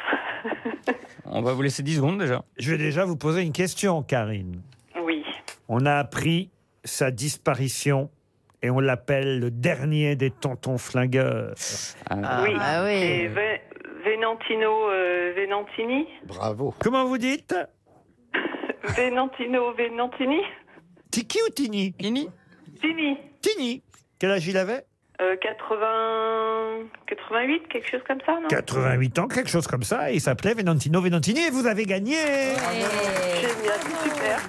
S3: On va vous laisser 10 secondes déjà. Je vais déjà vous poser une question, Karine.
S13: Oui.
S3: On a appris sa disparition et on l'appelle le dernier des tontons flingueurs. Ah.
S13: Ah, oui.
S3: bah
S13: Et Ve- Venantino euh, Venantini
S3: Bravo. Comment vous dites
S13: Venantino Venantini
S3: Tiki ou Tini
S13: Tini. Tini.
S3: Tini. Quel âge il avait
S13: Euh, 80... 88, quelque chose comme ça, non
S3: 88 ans, quelque chose comme ça. et Il s'appelait Venantino Venantini et vous avez gagné
S5: Ah,
S13: Génial, super.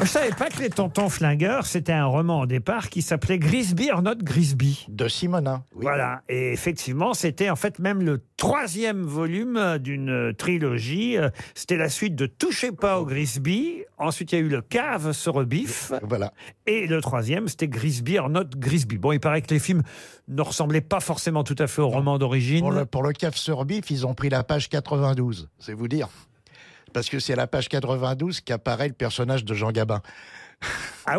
S3: Je savais pas que Les Tontons Flingueurs, c'était un roman au départ qui s'appelait Grisby or not Grisby.
S9: De Simonin.
S3: Voilà, et effectivement, c'était en fait même le troisième volume euh, d'une trilogie. Euh, C'était la suite de Touchez pas au Grisby. Ensuite, il y a eu Le Cave se rebiffe.
S9: Voilà.
S3: Et le troisième, c'était Grisby en note Grisby. Bon, il paraît que les films ne ressemblaient pas forcément tout à fait au roman d'origine.
S9: Pour le, pour le CAF sur Bif, ils ont pris la page 92, c'est vous dire. Parce que c'est à la page 92 qu'apparaît le personnage de Jean Gabin.
S3: Ah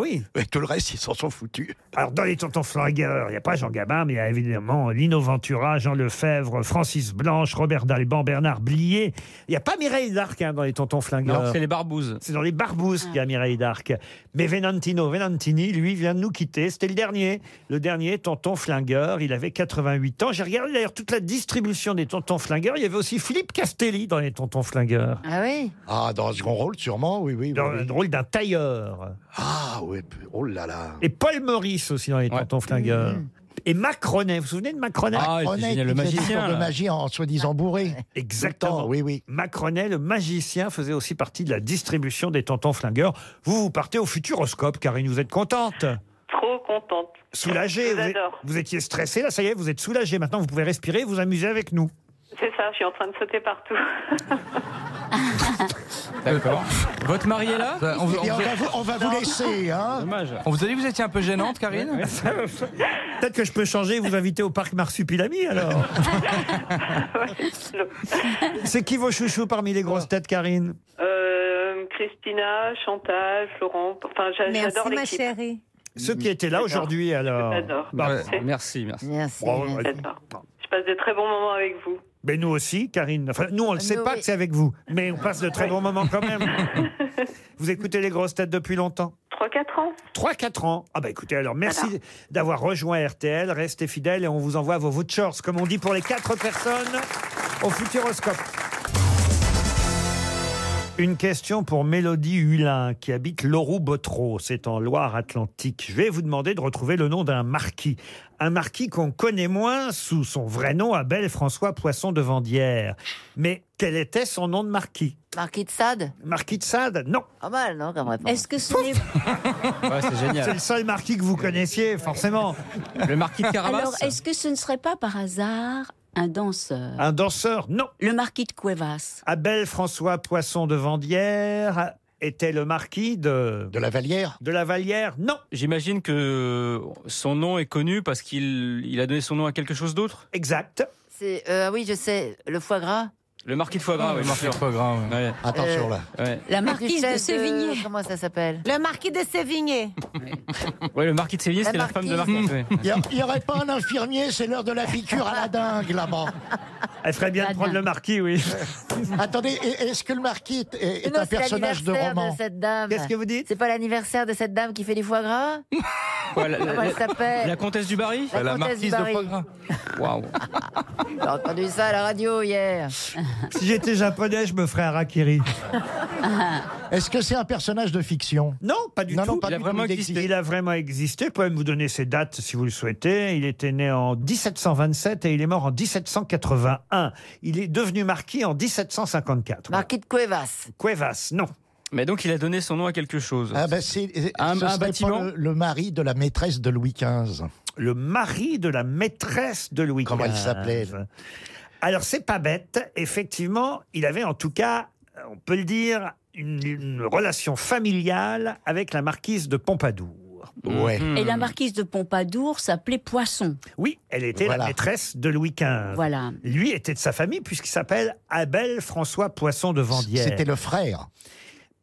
S3: oui
S9: Tout le reste, ils s'en sont foutus.
S3: Alors, dans les tontons flingueurs, il n'y a pas Jean Gabin, mais il y a évidemment Lino Ventura, Jean Lefebvre, Francis Blanche, Robert Dalban, Bernard Blier. Il n'y a pas Mireille d'Arc hein, dans les tontons flingueurs.
S8: Non, c'est les
S3: barbouzes. C'est dans les barbouzes qu'il y a Mireille d'Arc. Mais Venantino, Venantini, lui, vient de nous quitter. C'était le dernier. Le dernier tonton flingueur. Il avait 88 ans. J'ai regardé d'ailleurs toute la distribution des tontons flingueurs. Il y avait aussi Philippe Castelli dans les tontons flingueurs.
S12: Ah oui
S9: Ah, dans un second rôle, sûrement, oui, oui.
S3: Dans
S9: oui,
S3: le
S9: oui.
S3: rôle d'un tailleur.
S9: Ah, oui, oh là là.
S3: Et Paul Maurice aussi dans les tontons flingueurs.
S9: Mmh.
S3: Et Macronet, vous vous souvenez de Macronet
S8: Ah,
S4: Ah,
S9: Macronet qui faisait des tours de magie en soi-disant bourré.
S3: Exactement.
S9: oui, oui.
S3: Macronet, le magicien, faisait aussi partie de la distribution des tontons flingueurs. Vous, vous partez au futuroscope, Karine, vous êtes contente
S13: Trop contente.
S3: Soulagée.
S13: Je
S3: Vous,
S13: vous
S3: êtes-
S13: adore.
S3: vous étiez stressée, là, ça y est, vous êtes soulagée. Maintenant, vous pouvez respirer et vous amuser avec nous.
S13: C'est ça, je suis en train de sauter partout.
S4: Euh, D'accord. Votre mari est là on, vous-
S9: Eh bien, on va vous, on va vous laisser, hein
S4: on vous a dit que vous étiez un peu gênante, Karine
S3: Peut-être que je peux changer et vous inviter au parc Marsupilami, alors. C'est qui vos chouchous parmi les grosses têtes, Karine
S13: Euh, Christina, Chantal, Florent, enfin j'a-
S5: Merci,
S13: j'adore l'équipe.
S5: ma chérie.
S3: Ceux qui étaient là aujourd'hui, alors. Bah,
S13: J'adore.
S3: merci, merci.
S13: Bon, Je passe de très bons moments avec vous.
S3: Mais nous aussi, Karine. Enfin, nous, on ne le sait
S13: Nous,
S3: pas
S13: oui.
S3: que c'est avec vous, mais on passe de très bons moments quand même. vous écoutez les grosses têtes depuis longtemps
S13: 3-4 ans
S3: 3-4 ans. Ah bah écoutez, alors merci d'avoir rejoint RTL. Restez fidèles et on vous envoie vos vouchers, comme on dit pour les quatre personnes au Futuroscope. Une question pour Mélodie Hulin, qui habite Loroux-Bottereau, c'est en Loire-Atlantique. Je vais vous demander de retrouver le nom d'un marquis. Un marquis qu'on connaît moins sous son vrai nom, Abel François Poisson de Vandière. Mais quel était son nom de marquis
S12: Marquis de Sade
S3: Marquis de Sade Non.
S12: Pas mal, non, comme réponse.
S7: Est-ce que ce n'est
S3: c'est
S8: génial.
S3: le seul marquis que vous connaissiez, forcément.
S8: Le marquis de Carabas
S7: Alors, est-ce que ce ne serait pas par hasard Un danseur.
S3: Un danseur, non.
S7: Le marquis de Cuevas.
S3: Abel François Poisson de Vandière était le marquis de...
S9: De la Vallière
S3: De la Vallière, non.
S8: J'imagine que son nom est connu parce qu'il il a donné son nom à quelque chose d'autre
S3: Exact.
S12: C'est, euh, ah oui, je sais, le foie gras.
S8: Le marquis de foie
S3: Ah.
S8: gras,
S4: Le
S8: oui,
S4: marquis
S8: bien
S4: de
S8: sûr.
S4: foie gras, ouais.
S8: Ouais.
S3: Euh,
S12: Attention, là.
S8: Ouais.
S7: La
S12: Du
S7: marquise
S12: chef
S7: de Sévigné.
S12: Comment ça s'appelle
S5: Le marquis de Sévigné.
S8: Ouais, le marquis de Sévigné,
S12: La
S8: c'était la femme de
S12: marquise.
S8: Marquis. ouais.
S9: Il n'y aurait pas un infirmier, c'est l'heure de la piqûre à la dingue là-bas.
S3: Elle ferait bien de prendre le marquis, oui.
S9: Attendez, e- est-ce que le marquis est- est, est
S12: Non,
S9: un
S12: c'est
S9: personnage de
S12: l'anniversaire
S9: roman
S12: de cette dame.
S3: Qu'est-ce que vous dites
S12: C'est pas l'anniversaire de cette dame qui fait du foie gras
S8: Ouais, la, la-
S12: Comment elle
S8: la-
S12: s'appelle
S8: la comtesse du Barry
S12: La
S4: La
S12: comtesse du
S4: marquise
S12: Barry.
S4: de foie gras.
S8: Waouh.
S12: J'ai entendu ça à la radio hier.
S3: Si j'étais japonais, je me ferais un rakiri.
S9: Est-ce que c'est un personnage de fiction
S3: Non, pas du
S9: Non,
S3: tout.
S9: non, pas
S8: Il a
S9: du
S8: vraiment
S9: tout.
S8: existé.
S3: Il a vraiment existé. Je peux même vous donner ses dates si vous le souhaitez. Il était né en 1727 et il est mort en 1781. Il est devenu marquis en 1754.
S12: Marquis de Cuevas.
S3: Cuevas, non.
S8: Mais donc, il a donné son nom à quelque chose.
S9: Ah ben c'est
S8: Un-
S9: ce
S8: un
S9: serait pas
S8: bâtiment
S9: le, le mari de la maîtresse de Louis XV.
S3: Le mari de la maîtresse de Louis
S9: Comment elle
S3: XV.
S9: s'appelait, elle
S3: Alors, c'est pas bête. Effectivement, il avait en tout cas, on peut le dire, une, une relation familiale avec la marquise de Pompadour.
S9: Ouais.
S7: Et la marquise de Pompadour s'appelait Poisson.
S3: Hmm. Oui, elle était la
S9: Voilà.
S3: maîtresse de Louis XV.
S7: Voilà.
S3: Lui était de sa famille puisqu'il s'appelle Abel François Poisson de Vandière.
S9: C'était le frère.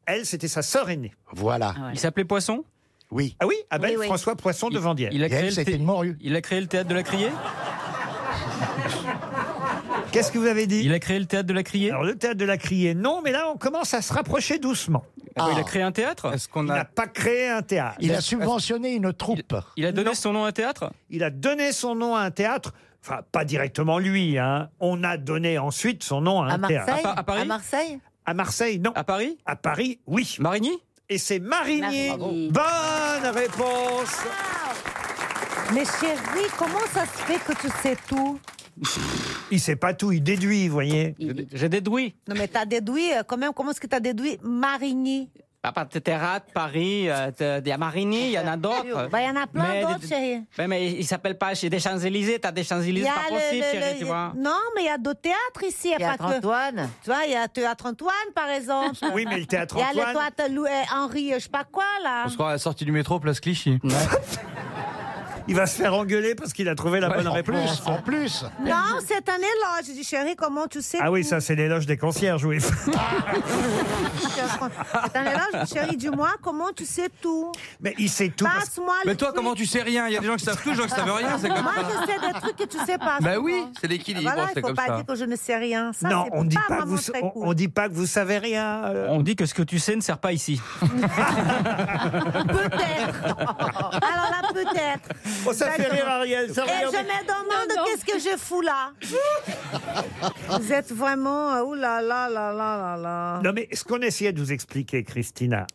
S3: Elle, c'était sa sœur aînée.
S9: Voilà.
S7: Ah ouais.
S8: Il s'appelait Poisson
S9: Oui.
S3: Ah oui, Abel
S8: ben,
S7: Oui, oui.
S3: François Poisson de
S8: Il-
S3: Vandière.
S8: Il a
S9: Et
S8: créé
S9: elle,
S8: le
S9: c'était
S8: thé-
S9: une morue.
S8: il a créé le théâtre de la Criée
S3: Qu'est-ce que vous avez dit
S8: Il a créé le théâtre de la Criée
S3: Alors le théâtre de la criée, non, mais là on commence à se rapprocher doucement.
S8: Ah, Il
S9: Ah.
S8: a créé un théâtre
S4: Est-ce qu'on
S3: Il n'a
S4: a.
S3: pas créé un théâtre.
S9: Il a subventionné une troupe.
S8: Il a donné
S3: Non.
S8: son nom à un théâtre
S3: Il a donné son nom à un théâtre. Enfin, pas directement lui. Hein. On a donné ensuite son nom à un
S12: À
S3: théâtre.
S12: Marseille
S8: À Pa- à Paris
S12: Marseille
S3: À Marseille, non.
S8: À Paris
S3: À Paris, oui.
S8: Marigny
S3: Et c'est Marigny.
S7: Marigny.
S3: Bonne réponse.
S5: Mais chérie, comment ça se fait que tu sais tout
S3: Il sait pas tout, il déduit, vous voyez.
S7: Il-
S8: J'ai déduit.
S5: Non, mais t'as déduit euh, quand même. Comment est-ce que t'as déduit Marigny
S8: Papa, théâtre, Paris, euh, il y a Marigny, il y en a d'autres.
S5: Bah, il y en a plein
S8: Mais-
S5: d'autres, chérie.
S8: Ouais, mais il s'appelle pas chez des Champs-Élysées, t'as des
S5: Il y
S8: Champs-Élysées,
S5: a
S8: c'est pas
S5: le-
S8: possible,
S5: le-
S8: chérie,
S5: le-
S8: tu vois.
S5: Non, mais il y a d'autres théâtres ici. Il y a
S12: Théâtre
S5: pas que.
S12: Antoine
S5: Tu vois, il y a le théâtre Antoine, par exemple.
S3: Oui, mais le théâtre
S5: Il y a le
S3: Antoine.
S5: théâtre Louis- euh, Henri, euh, je sais pas quoi, là.
S4: On se croit à la sortie du métro, place Clichy.
S3: Il va se faire engueuler parce qu'il a trouvé la bonne
S9: En
S3: réponse.
S9: plus, en plus.
S5: Non, c'est un éloge. Je dis, chérie, comment tu sais
S3: Ah oui,
S5: tout
S3: ça, c'est l'éloge des concierges, oui.
S5: C'est un éloge. Chérie, dis-moi, comment tu sais tout
S3: Mais il sait tout. parce-
S5: Passe-moi le
S4: Mais toi,
S5: truc.
S4: comment tu sais rien Ah, Il y a des gens qui savent tout, des gens qui savent rien. C'est comme
S5: Moi,
S4: ça.
S5: je sais des trucs que tu sais pas.
S4: Bah
S5: souvent.
S4: oui, c'est l'équilibre,
S5: Voilà,
S4: c'est
S5: il faut
S4: comme
S5: pas
S4: ça.
S5: dire que je ne sais rien. Ça,
S3: non,
S5: c'est
S3: on dit pas, que
S5: vraiment
S3: vous,
S5: très
S3: on,
S5: cool.
S3: on dit pas que vous savez rien. euh.
S8: On dit que ce que tu sais ne sert pas ici.
S5: Peut-être. Alors là, peut-être.
S3: Oh, ça fait
S5: Exactement.
S3: rire Ariel. Ça
S5: Et je
S3: regarde.
S5: me demande qu'est-ce que je fous là. Vous êtes vraiment. euh, Ouh là là là là là là.
S3: Non, mais ce qu'on essayait de vous expliquer, Christina,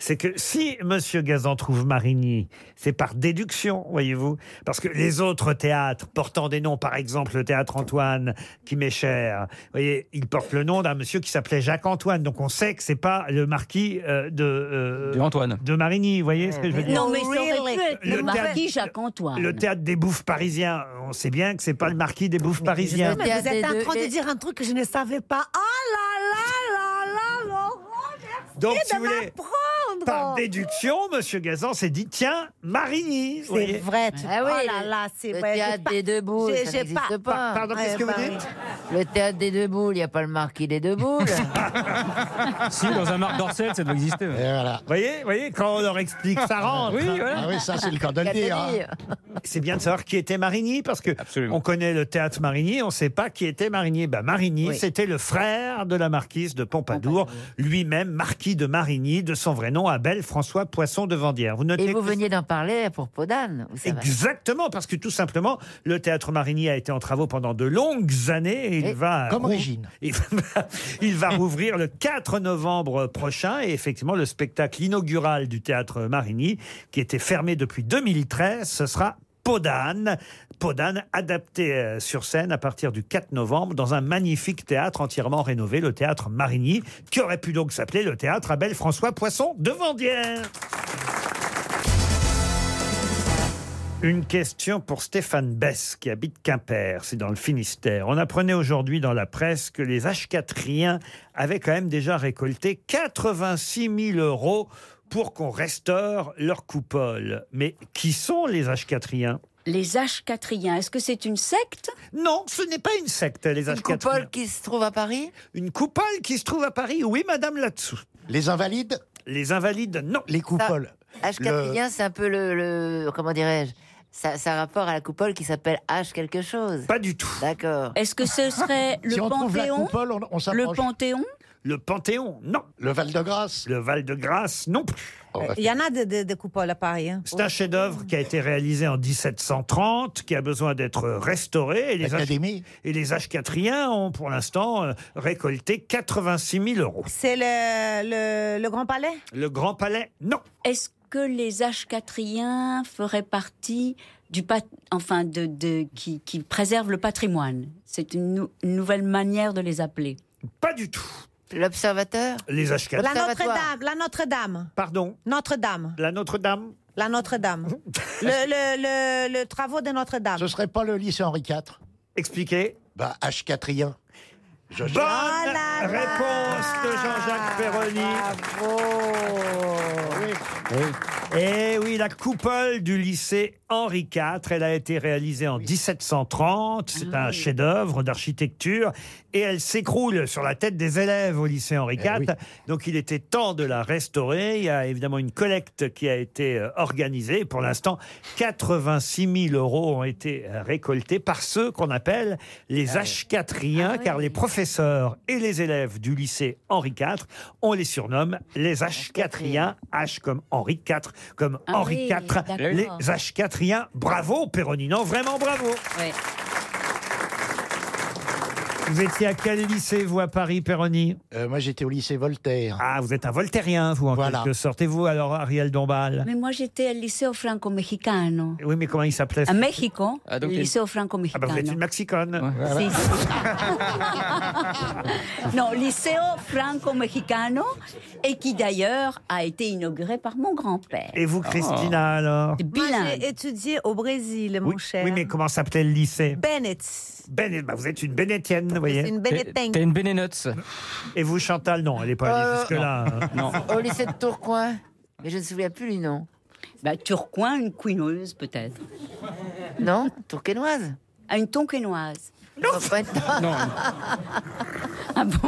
S3: c'est que si Monsieur Gazan trouve Marigny, c'est par déduction, voyez-vous, parce que les autres théâtres portant des noms, par exemple le théâtre Antoine, qui m'est cher, voyez, il porte le nom d'un monsieur qui s'appelait Jacques Antoine, donc on sait que c'est pas le marquis euh, de euh,
S8: De Antoine.
S3: de Marigny, vous voyez ce que je veux dire.
S7: Non, mais ça aurait pu être
S3: Le
S7: le marquis
S3: théâtre-
S7: Jacques-Antoine.
S3: Le théâtre des bouffes parisiens, on sait bien que c'est pas le marquis des bouffes parisiens.
S5: Mais vous êtes en
S12: Théâtre
S5: train
S12: des-
S5: de dire un truc que je ne savais pas. Oh là là là là Laurent, merci
S3: Donc, si
S5: de
S3: vous voulez, par
S5: m'apprendre.
S3: déduction, Monsieur Gazan s'est dit tiens, Marigny. vous
S5: C'est
S3: voyez.
S5: vrai. Tu...
S12: Ah oui,
S5: oh là
S12: le-
S5: là, c'est
S12: Le
S5: vrai. j'ai
S12: théâtre
S5: pas-
S12: des deux boules,
S5: j'ai-
S12: ça
S5: j'ai
S12: n'existe
S5: pas-
S12: pas.
S5: pas-
S3: Pardon, qu'est-ce
S5: Ouais,
S3: que vous
S5: bah
S3: dites
S12: Le théâtre des deux boules, il n'y a pas le marquis des deux boules.
S8: Si, dans un marc d'Orsel, ça doit exister.
S9: Et voilà.
S3: Voyez, voyez, quand on leur explique, ça rentre.
S8: Oui, voilà.
S9: Ah oui, ça c'est le cas de le dire. hein.
S3: C'est bien de savoir qui était Marigny, parce que
S8: Absolument.
S3: on connaît le théâtre Marigny, on ne sait pas qui était Marigny. Bah, Marigny, c'était le frère de la marquise de Pompadour, lui-même marquis de Marigny, de son vrai nom, Abel François Poisson de Vandière. Vous notez
S12: Et vous
S3: que-
S12: veniez d'en parler pour Podane. où ça va.
S3: Exactement, parce que tout simplement, le théâtre Marigny a été en travaux pendant de longues années et il
S12: Et
S3: va.
S9: comme
S3: rou-
S9: Régine.
S3: Il va, il va rouvrir le 4 novembre prochain et effectivement, le spectacle inaugural du théâtre Marigny, qui était fermé depuis 2013, ce sera. Podane, Podane adapté euh, sur scène à partir du 4 novembre dans un magnifique théâtre entièrement rénové, le théâtre Marigny, qui aurait pu donc s'appeler le théâtre Abel François Poisson de Vandière. Une question pour Stéphane Bess, qui habite Quimper, c'est dans le Finistère. On apprenait aujourd'hui dans la presse que les H4riens avaient quand même déjà récolté 86 000 euros pour qu'on restaure leur coupole. Mais qui sont les H4riens
S7: Les H4iens, est-ce que c'est une secte
S3: Non, ce n'est pas une secte, les H4riens.
S7: coupole qui se trouve à Paris
S3: Une coupole qui se trouve à Paris, oui, madame, là-dessous. Les Invalides Les Invalides, non. Les
S12: coupoles. H. Capilien, c'est un peu le, le- comment dirais-je ça, ça a rapport à la coupole qui s'appelle H quelque chose.
S3: Pas du tout.
S12: D'accord.
S7: Est-ce que ce serait le
S12: Si on trouve la
S7: Panthéon
S12: coupole, on- on
S7: Le
S12: s'approche.
S7: Panthéon
S3: Le Panthéon, non. Le Val-de-Grâce Le Val-de-Grâce, non plus.
S12: Oh,
S5: Il y en a des des- des coupoles à Paris. hein.
S3: C'est un chef-d'œuvre qui a été réalisé en 1730, qui a besoin d'être restauré. Et les H- et les H4iens ont pour l'instant euh, récolté 86 000 euros.
S5: C'est le, le- le Grand Palais
S3: Le Grand Palais, non.
S7: Est-ce que les H4iens feraient partie du pat... enfin de, de- qui, qui préserve le patrimoine C'est une, nou- une nouvelle manière de les appeler.
S3: Pas du tout.
S12: L'observateur
S3: Les H4.
S5: La Notre-Dame, la Notre-Dame.
S3: Pardon
S5: Notre-Dame.
S3: La Notre-Dame
S5: La Notre-Dame. le, le, le, le travaux de Notre-Dame.
S9: Ce serait pas le lycée Henri IV
S3: Expliquez.
S9: Bah, H4ien. Je-
S3: Bonne réponse de Jean-Jacques Perroni. Eh oui, la coupole du lycée Henri IV, elle a été réalisée en 1730. C'est un chef-d'œuvre d'architecture et elle s'écroule sur la tête des élèves au lycée Henri IV. Donc il était temps de la restaurer. Il y a évidemment une collecte qui a été euh, organisée. Pour l'instant, 86 000 euros ont été euh, récoltés par ceux qu'on appelle les
S14: Ah
S3: H4iens, car les professeurs et les élèves du lycée Henri IV, on les surnomme les H4iens, H comme Henri IV, comme
S14: Ah
S3: Henri
S14: oui,
S3: IV,
S14: d'accord.
S3: les H4iens. Bravo, Péroni. Non, vraiment bravo. Vous étiez à quel lycée, vous, à Paris, Péroni
S9: Euh, Moi, j'étais au lycée Voltaire.
S3: Ah, vous êtes un voltairien, vous, en
S9: Voilà.
S3: quelque sorte. Et vous, alors, Ariel Dombal
S7: Mais moi j'étais au lycée franco-mexicano.
S3: Oui, mais comment il s'appelait
S7: À Mexico,
S3: Ah,
S7: ah,
S3: donc,
S7: lycée franco-mexicano.
S3: Ah, bah, vous êtes une Mexicone.
S7: Si, si. non, Liceo Franco-Mexicano, et qui d'ailleurs a été inauguré par mon grand-père.
S3: Et vous, Christina, alors
S5: Moi, j'ai étudié au Brésil, mon cher.
S3: Oui, mais comment s'appelait le lycée
S5: Bennett.
S3: Bennett, bah, vous êtes une Bennettienne, vous voyez.
S5: C'est une Bennetteng. T'es- t'es
S3: une Bennenuts. Et vous, Chantal, non, elle n'est pas allée
S12: Euh,
S3: jusque-là. hein.
S12: Au lycée de Tourcoing. Mais je ne me souviens plus du nom.
S7: Bah, Tourcoing, une couineuse peut-être.
S12: Non Tourquenoise
S7: À une tonquenoise. Ah
S12: Non, pas une-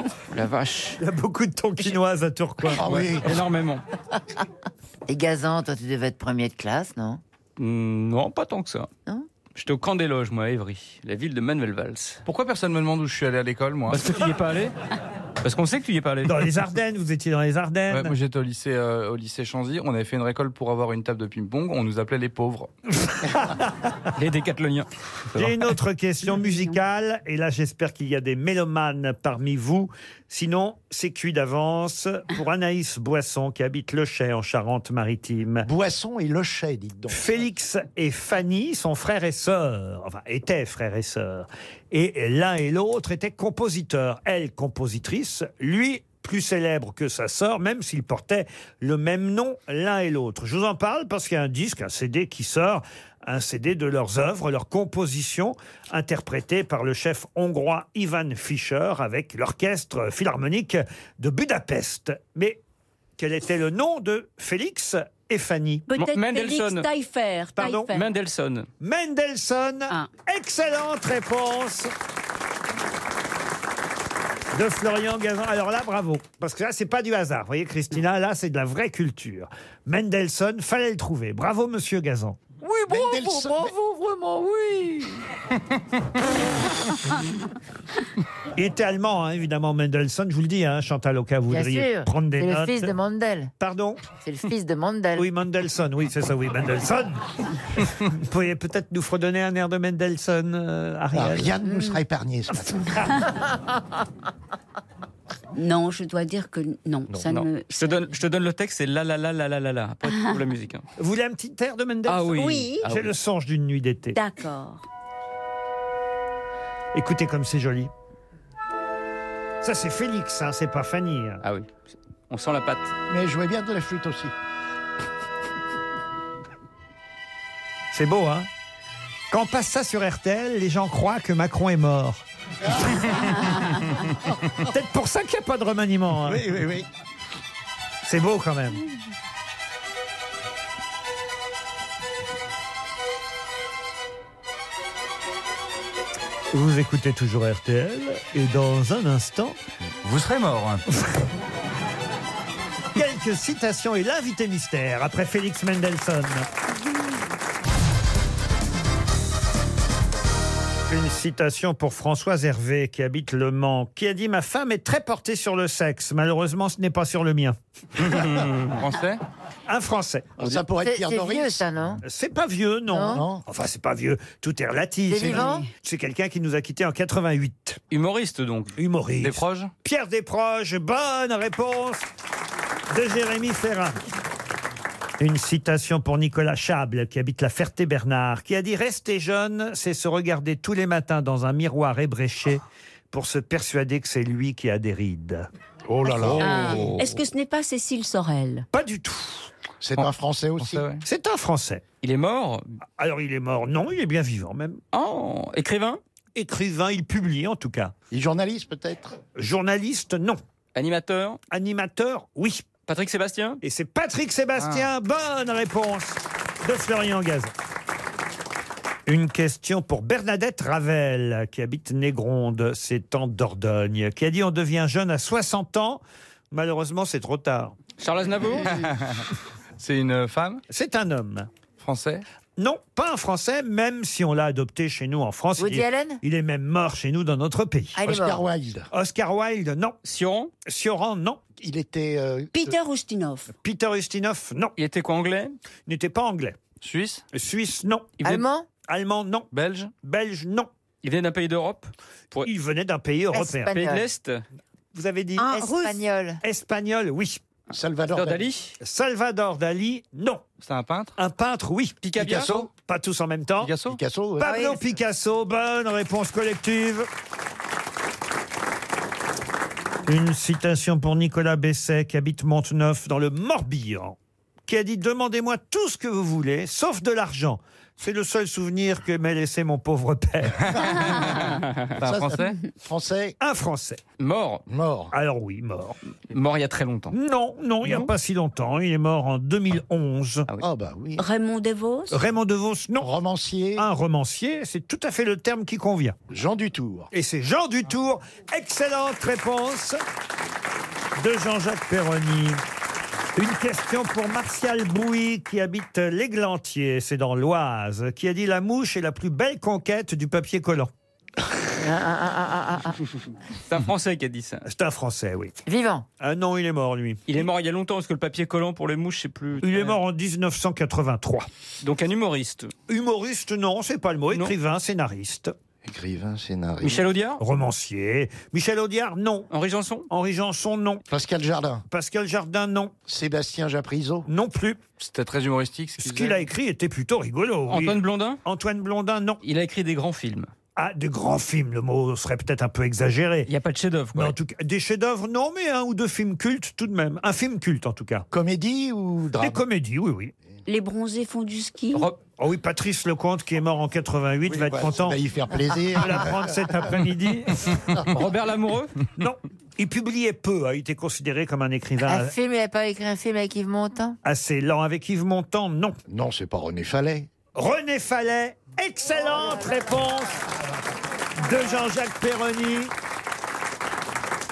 S8: La vache.
S3: Il y a beaucoup de tonquinoises à Tourcoing.
S12: Ah oui.
S8: énormément.
S12: Et Gazan, toi, tu devais être premier de classe, non
S8: Hmm, Non, pas tant que ça. J'étais au camp des loges, moi, à Évry, la ville de Manuel Valls.
S4: Pourquoi personne me demande où je suis allé à l'école, moi
S8: Parce que tu n'y es pas allé Parce qu'on sait que tu n'y es pas allé.
S4: Dans
S3: les Ardennes, vous étiez dans les Ardennes.
S4: moi j'étais au lycée, euh, au lycée Chanzy, on avait fait une récolte pour avoir une table de ping-pong, on nous appelait les pauvres.
S8: les décathloniens.
S3: J'ai une autre question musicale, et là j'espère qu'il y a des mélomanes parmi vous. Sinon, c'est cuit d'avance pour Anaïs Boisson qui habite Le Chais en Charente-Maritime.
S9: Boisson et Le Chais, dites donc.
S3: Félix et Fanny sont frères et sœurs, enfin étaient frères et sœurs. Et l'un et l'autre étaient compositeurs. Elle, compositrice, lui, plus célèbre que sa sœur, même s'ils portaient le même nom l'un et l'autre. Je vous en parle parce qu'il y a un disque, un CD qui sort, un CD de leurs œuvres, leurs compositions, interprétées par le chef hongrois Ivan Fischer avec l'orchestre philharmonique de Budapest. Mais quel était le nom de Félix et Fanny
S7: Peut-être Félix Taillefer.
S3: Pardon
S7: Taillefer. Ah.
S8: Mendelssohn.
S3: Mendelssohn. Excellente réponse de Florian Gazan. Alors là, bravo. Parce que là, c'est pas du hasard. Vous voyez, Christina, là, c'est de la vraie culture. Mendelssohn, fallait le trouver. Bravo, monsieur Gazan.
S6: Oui, bravo, bravo, vraiment, oui.
S3: Il était allemand, hein, évidemment, Mendelssohn. Je vous le dis, hein, Chantal, au cas où vous
S12: Bien
S3: voudriez
S12: sûr.
S3: prendre des
S12: C'est le
S3: notes.
S12: fils de Mandel.
S3: Pardon
S12: C'est le fils de Mandel.
S3: Oui, Mendelssohn, oui, c'est ça, oui, Mendelssohn. vous pourriez peut-être nous fredonner un air de Mendelssohn, euh, Ariel
S9: Ah, rien
S7: Hmm.
S9: ne nous sera épargné ce
S7: Non, je dois dire que non.
S8: Non,
S7: ça
S8: non.
S7: ne...
S8: Je, te donne, je te donne le texte, c'est la la la la la la la. Après, tu trouves la musique. hein.
S3: Vous voulez un petit air de Mendelssohn
S8: Ah oui. Oui. Ah
S3: J'ai
S8: oui.
S3: le songe d'une nuit d'été.
S7: D'accord.
S3: Écoutez comme c'est joli. Ça, c'est Félix, hein, c'est pas Fanny.
S8: Ah oui. On sent la patte.
S9: Mais je jouais bien de la flûte aussi.
S3: C'est beau, hein Quand on passe ça sur RTL, les gens croient que Macron est mort. Peut-être pour ça qu'il n'y a pas de remaniement. hein.
S9: Oui, oui, oui.
S3: C'est beau quand même. Vous écoutez toujours RTL et dans un instant. Vous serez mort. Quelques citations et l'invité mystère après Félix Mendelssohn. Une citation pour Françoise Hervé qui habite Le Mans, qui a dit Ma femme est très portée sur le sexe. Malheureusement, ce n'est pas sur le mien.
S4: Français
S3: Un Français.
S9: Ça pourrait être
S12: C'est-
S9: Pierre
S12: c'est
S9: Doris.
S12: vieux, ça, non
S3: C'est pas vieux, non.
S12: Non.
S3: Enfin, c'est pas vieux. Tout est relatif.
S12: Il est vivant
S3: C'est quelqu'un qui nous a quittés en 88.
S8: Humoriste donc.
S3: Humoriste.
S8: Des proches
S3: Pierre Desproges, bonne réponse de Jérémy Ferrin. Une citation pour Nicolas Chable, qui habite la Ferté-Bernard, qui a dit Rester jeune, c'est se regarder tous les matins dans un miroir ébréché pour se persuader que c'est lui qui a des rides. Oh là
S7: Ah, Est-ce que ce n'est pas Cécile Sorel
S3: Pas du tout.
S9: C'est un Français aussi.
S3: C'est un Français.
S8: Il est mort
S3: Alors il est mort, non, il est bien vivant même.
S8: Oh, écrivain
S3: Écrivain, il publie en tout cas.
S9: Il est journaliste peut-être
S3: Journaliste, non.
S8: Animateur
S3: Animateur, oui.
S8: Patrick Sébastien
S3: Et c'est Patrick Sébastien, bonne réponse de Florian Gazan. Une question pour Bernadette Ravel, qui habite Négronde, c'est en Dordogne, qui a dit on devient jeune à 60 ans. Malheureusement, c'est trop tard.
S8: Charles Aznavour
S3: C'est une femme C'est un homme. Français Non, pas un Français, même si on l'a adopté chez nous en France.
S12: Woody
S3: il, est-
S12: Allen
S3: Il est même mort chez nous dans notre pays.
S12: Ah, il est Oscar mort.
S9: Wilde.
S3: Oscar Wilde, non.
S8: Sioran
S3: Sioran, non.
S9: Il était. euh,
S7: Peter Ustinov.
S3: Peter Ustinov, non.
S8: Il était quoi, anglais
S3: Il n'était pas anglais.
S8: Suisse
S3: Suisse, non.
S8: Il venait- Allemand
S3: Allemand, non.
S8: Belge
S3: Belge, non.
S8: Il venait d'un pays d'Europe
S3: Il venait d'un pays européen.
S8: Pays de l'Est
S3: Vous avez dit
S12: Un
S3: Russe.
S12: Espagnol.
S3: Espagnol, oui.
S9: Salvador
S8: Dali
S3: Salvador Dali, non.
S4: C'est un peintre
S3: Un peintre, oui.
S8: Picasso Picasso
S3: Pas tous en même temps.
S4: Picasso
S9: Picasso, ouais.
S3: Pablo Picasso, bonne réponse collective. Une citation pour Nicolas Besset, qui habite Monteneuf, dans le Morbihan, qui a dit Demandez-moi tout ce que vous voulez, sauf de l'argent. C'est le seul souvenir que m'a laissé mon pauvre père.
S8: C'est un
S9: Ça,
S8: français
S9: Français.
S3: Un Français.
S8: Mort
S9: Mort.
S3: Alors oui, mort.
S8: Mort il y a très longtemps.
S3: Non, non, il n'y a
S8: Non
S3: pas si longtemps. Il est mort en 2011.
S9: Ah bah oui.
S7: Raymond Devos
S3: Raymond DeVos, non.
S9: Romancier.
S3: Un romancier, c'est tout à fait le terme qui convient.
S9: Jean Dutour.
S3: Et c'est Jean Dutour. Excellente réponse de Jean-Jacques Perroni. Une question pour Martial Bouy qui habite l'Églantier, c'est dans l'Oise, qui a dit la mouche est la plus belle conquête du papier collant.
S8: C'est un français qui a dit ça.
S3: C'est un Français, oui.
S12: Vivant.
S3: Ah non, il est mort, lui.
S8: Il est mort il y a longtemps parce que le papier collant pour les mouches, c'est plus.
S3: Il est mort en 1983.
S8: Donc un humoriste.
S3: Humoriste, non, c'est pas le mot. Écrivain, scénariste.
S9: Écrivain, scénariste.
S8: Michel Audiard
S3: Romancier. Michel Audiard, non.
S8: Henri Janson
S3: Henri Janson, non.
S9: Pascal Jardin.
S3: Pascal Jardin, non.
S9: Sébastien Japrizo.
S3: Non plus.
S4: C'était très humoristique.
S3: Ce qu'il a écrit était plutôt rigolo. oui.
S8: Antoine Blondin
S3: Antoine Blondin, non.
S8: Il a écrit des grands films.
S3: Ah, de grands films, le mot serait peut-être un peu exagéré.
S8: Il n'y a pas de chef-d'œuvre.
S3: Mais
S8: quoi.
S3: en tout cas, des chefs-d'œuvre, non, mais un ou deux films cultes tout de même. Un film culte, en tout cas.
S9: Comédie ou
S3: Des
S9: drame
S3: comédies, oui, oui.
S7: Les bronzés font du ski
S8: Ro-
S3: Oh oui, Patrice Lecomte, qui est mort en 88, va être
S9: bah,
S3: content
S9: ça va y faire plaisir.
S3: de l'apprendre cet après-midi.
S8: Robert Lamoureux
S3: Non, il publiait peu, a été considéré comme un écrivain
S12: Un film, il n'a pas écrit un film avec Yves Montand
S3: assez lent. Avec Yves Montand, non.
S9: Non, c'est pas René Fallet.
S3: René Fallet, excellente réponse de Jean-Jacques Perroni.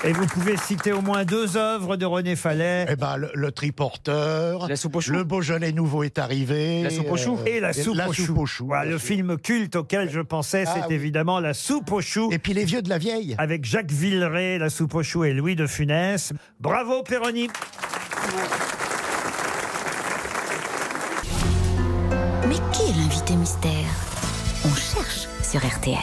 S3: Et vous pouvez citer au moins deux œuvres de René Fallet
S9: Eh ben, le, le triporteur.
S8: La soupe aux choux.
S9: Le Beaujolais nouveau est arrivé.
S8: La soupe aux choux.
S3: et La soupe
S9: la
S3: aux
S9: soupe
S3: choux.
S9: aux choux,
S3: Voilà,
S9: bien
S3: le
S9: sûr.
S3: film culte auquel je pensais,
S9: Ah,
S3: c'est
S9: oui.
S3: évidemment La soupe aux choux.
S9: Et puis les vieux de la vieille.
S3: Avec Jacques Villeray, La soupe aux choux et Louis de Funès. Bravo Perroni
S2: Mais qui est l'invité mystère On cherche sur RTL.